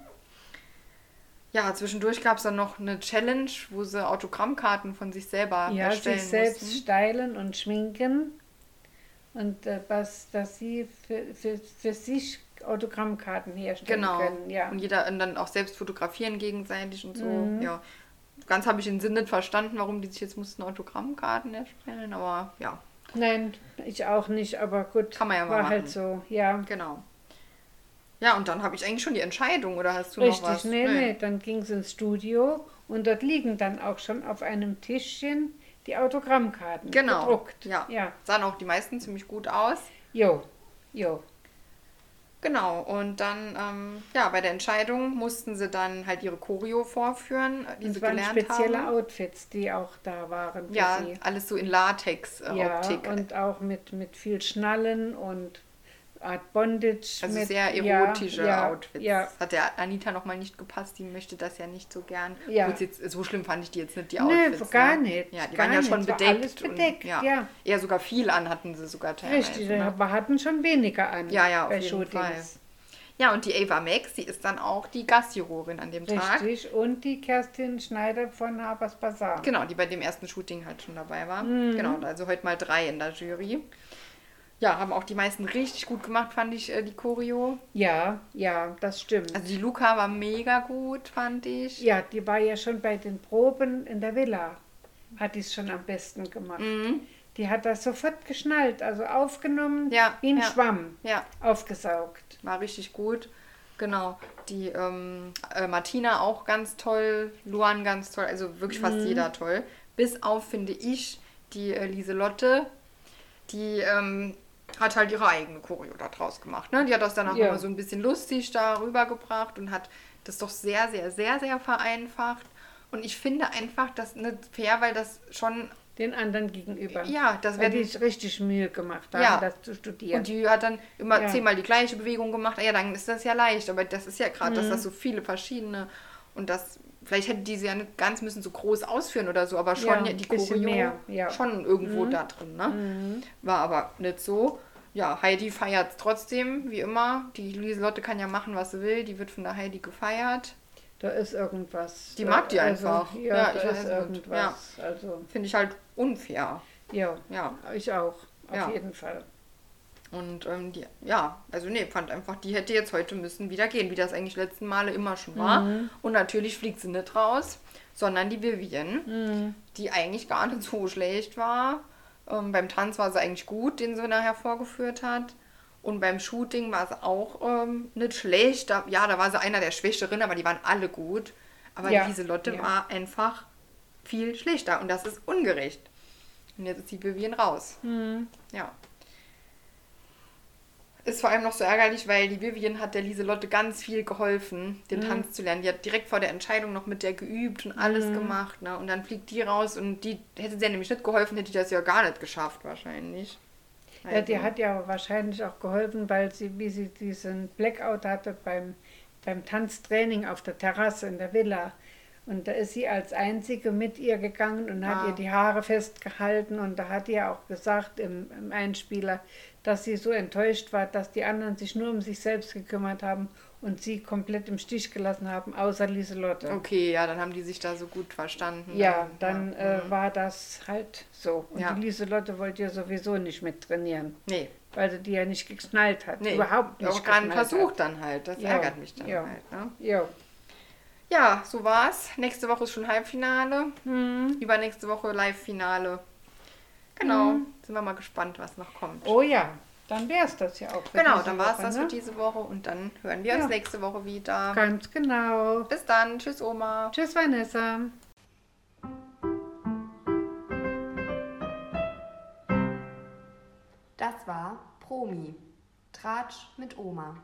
Ja, zwischendurch gab es dann noch eine Challenge, wo sie Autogrammkarten von sich selber
ja,
erstellen
sich selbst
mussten.
steilen und schminken. Und äh, was, dass sie für, für, für sich Autogrammkarten herstellen
Genau.
können. Ja. Mhm.
Und jeder und dann auch selbst fotografieren gegenseitig und so. Ja. Ganz habe ich den Sinn nicht verstanden, warum die sich jetzt mussten Autogrammkarten erstellen, aber ja,
Nein, ich auch nicht, aber gut.
Kann man ja mal
War
machen.
halt so, ja.
genau. Ja, und dann habe ich eigentlich schon die Entscheidung, oder hast du noch was?
Richtig, nee, nee. Dann ging es ins Studio und dort liegen dann auch schon auf einem Tischchen die Autogrammkarten.
Genau.
Gedruckt.
Ja.
ja.
Sahen auch die meisten ziemlich gut aus.
Jo, jo.
Genau, und dann, ähm, ja, bei der Entscheidung mussten sie dann halt ihre Choreo vorführen, äh, die
Das
sie
waren
gelernt
spezielle
haben.
Outfits, die auch da waren für
Ja, äh,
sie.
alles so in äh, Latex-Optik.
Ja, und auch mit, mit viel Schnallen und Art Bondage.
also
mit,
sehr
ja,
erotische
ja,
Outfits.
Ja,
Das hat der Anita nochmal nicht gepasst, die möchte das ja nicht so gern.
Ja.
Obwohl es jetzt, so schlimm fand ich die jetzt nicht, die
Nö,
Outfits.
gar
ne?
nicht,
Ja, die
gar
waren ja
nicht.
schon
Es war
bedeckt.
alles bedeckt,
und, ja.
ja.
Eher sogar viel an hatten sie sogar teilweise.
richtig.
ne?
Wir hatten schon weniger an
Ja, ja, auf
bei
jeden
Shootings.
Fall. Ja, und die Ava Max, die ist dann auch die Gastjurorin an dem Tag.
Richtig, und die Kerstin Schneider von Harper's Bazaar.
Genau, die bei dem ersten Shooting halt schon dabei war. Genau, also heute mal drei in der Jury. Ja, haben auch die meisten richtig gut gemacht, fand ich, äh, die Choreo.
Ja, ja, das stimmt.
Also die Luca war mega gut, fand ich.
Ja, die war ja schon bei den Proben in der Villa, hat die es schon am besten gemacht.
Mhm.
Die hat das sofort geschnallt, also aufgenommen,
Ja,
wie ein
ja.
Schwamm,
Ja,
aufgesaugt.
war richtig gut. Genau. Die ähm, äh, Martina auch ganz toll, Luan ganz toll, also wirklich fast jeder toll. Bis auf, finde ich, die äh, Lieselotte, die ähm, hat halt ihre eigene Choreo da draus gemacht. Ne? Die hat das dann auch
Ja.
immer so ein bisschen lustig da rübergebracht und hat das doch sehr, sehr, sehr, sehr vereinfacht. Und ich finde einfach das nicht fair, weil das schon
Den anderen gegenüber.
Ja, das
Weil
werden-
die sich richtig Mühe gemacht haben,
Ja.
das zu studieren.
Und die hat dann immer
Ja.
zehnmal die gleiche Bewegung gemacht. Ah Ja, dann ist das ja leicht. Aber das ist ja gerade,
Mhm.
dass das so viele verschiedene und das. Vielleicht hätte die sie ja nicht ganz müssen so groß ausführen oder so, aber schon
Ja,
ja,
ein
die
bisschen
Choreo
mehr, ja. Mhm.
schon irgendwo da drin. Ne? War aber nicht so. Ja, Heidi feiert trotzdem, wie immer. Die Lieselotte kann ja machen, was sie will. Die wird von der Heidi gefeiert.
Da ist irgendwas.
Die mag die
also,
einfach.
Ja,
Ja,
da
ich weiß
ist
nicht.
irgendwas. Also,
Finde ich halt unfair.
ja,
Ja.
ich auch. Auf
Ja.
jeden Fall.
Und ähm, die, ja, also nee, fand einfach, die hätte jetzt heute müssen wieder gehen, wie das eigentlich die letzten Male immer schon war.
Mhm.
Und natürlich fliegt sie nicht raus, sondern die Vivian,
Mhm.
die eigentlich gar nicht so schlecht war. Ähm, beim Tanz war sie eigentlich gut, den sie nachher vorgeführt hat. Und beim Shooting war sie auch ähm, nicht schlecht. Da, ja, da war sie einer der Schwächeren, aber die waren alle gut. Aber
Ja,
diese Lotte
ja.
war einfach viel schlechter und das ist ungerecht. Und jetzt ist die Vivian raus.
Mhm.
Ja. Ist vor allem noch so ärgerlich, weil die Vivian hat der Lieselotte ganz viel geholfen, den
Mhm.
Tanz zu lernen. Die hat direkt vor der Entscheidung noch mit der geübt und alles
Mhm.
gemacht. Ne? Und dann fliegt die raus und die hätte sie ja nämlich nicht geholfen, hätte die das ja gar nicht geschafft wahrscheinlich.
Ja, die
Also,
hat ja wahrscheinlich auch geholfen, weil sie, wie sie diesen Blackout hatte beim, beim Tanztraining auf der Terrasse in der Villa. Und da ist sie als Einzige mit ihr gegangen und hat
Ah.
ihr die Haare festgehalten. Und da hat ihr auch gesagt im, im Einspieler, dass sie so enttäuscht war, dass die anderen sich nur um sich selbst gekümmert haben und sie komplett im Stich gelassen haben, außer Lieselotte.
Okay, ja, dann haben die sich da so gut verstanden.
Ja, dann äh, war das halt so. Und
Mhm. Ja.
die Lieselotte wollte ja sowieso nicht mit trainieren
Nee,
weil sie die ja nicht geknallt hat.
nee.
Überhaupt nicht.
Auch gar nicht
geknallt
versucht dann halt. Das
Ja,
ärgert mich dann
ja.
halt. Ne?
Hat. Ja.
Ja, so war's. Nächste Woche ist schon Halbfinale.
Mhm.
Übernächste Woche Live-Finale. Genau.
Mhm.
Sind wir mal gespannt, was noch kommt.
Oh ja, dann wäre es das ja auch. für
genau,
diese
dann war's
Woche,
das
ne?
für diese Woche und dann hören wir
Ja.
uns nächste Woche wieder.
Ganz genau.
Bis dann. Tschüss, Oma.
Tschüss, Vanessa.
Das war Promi. Tratsch mit Oma.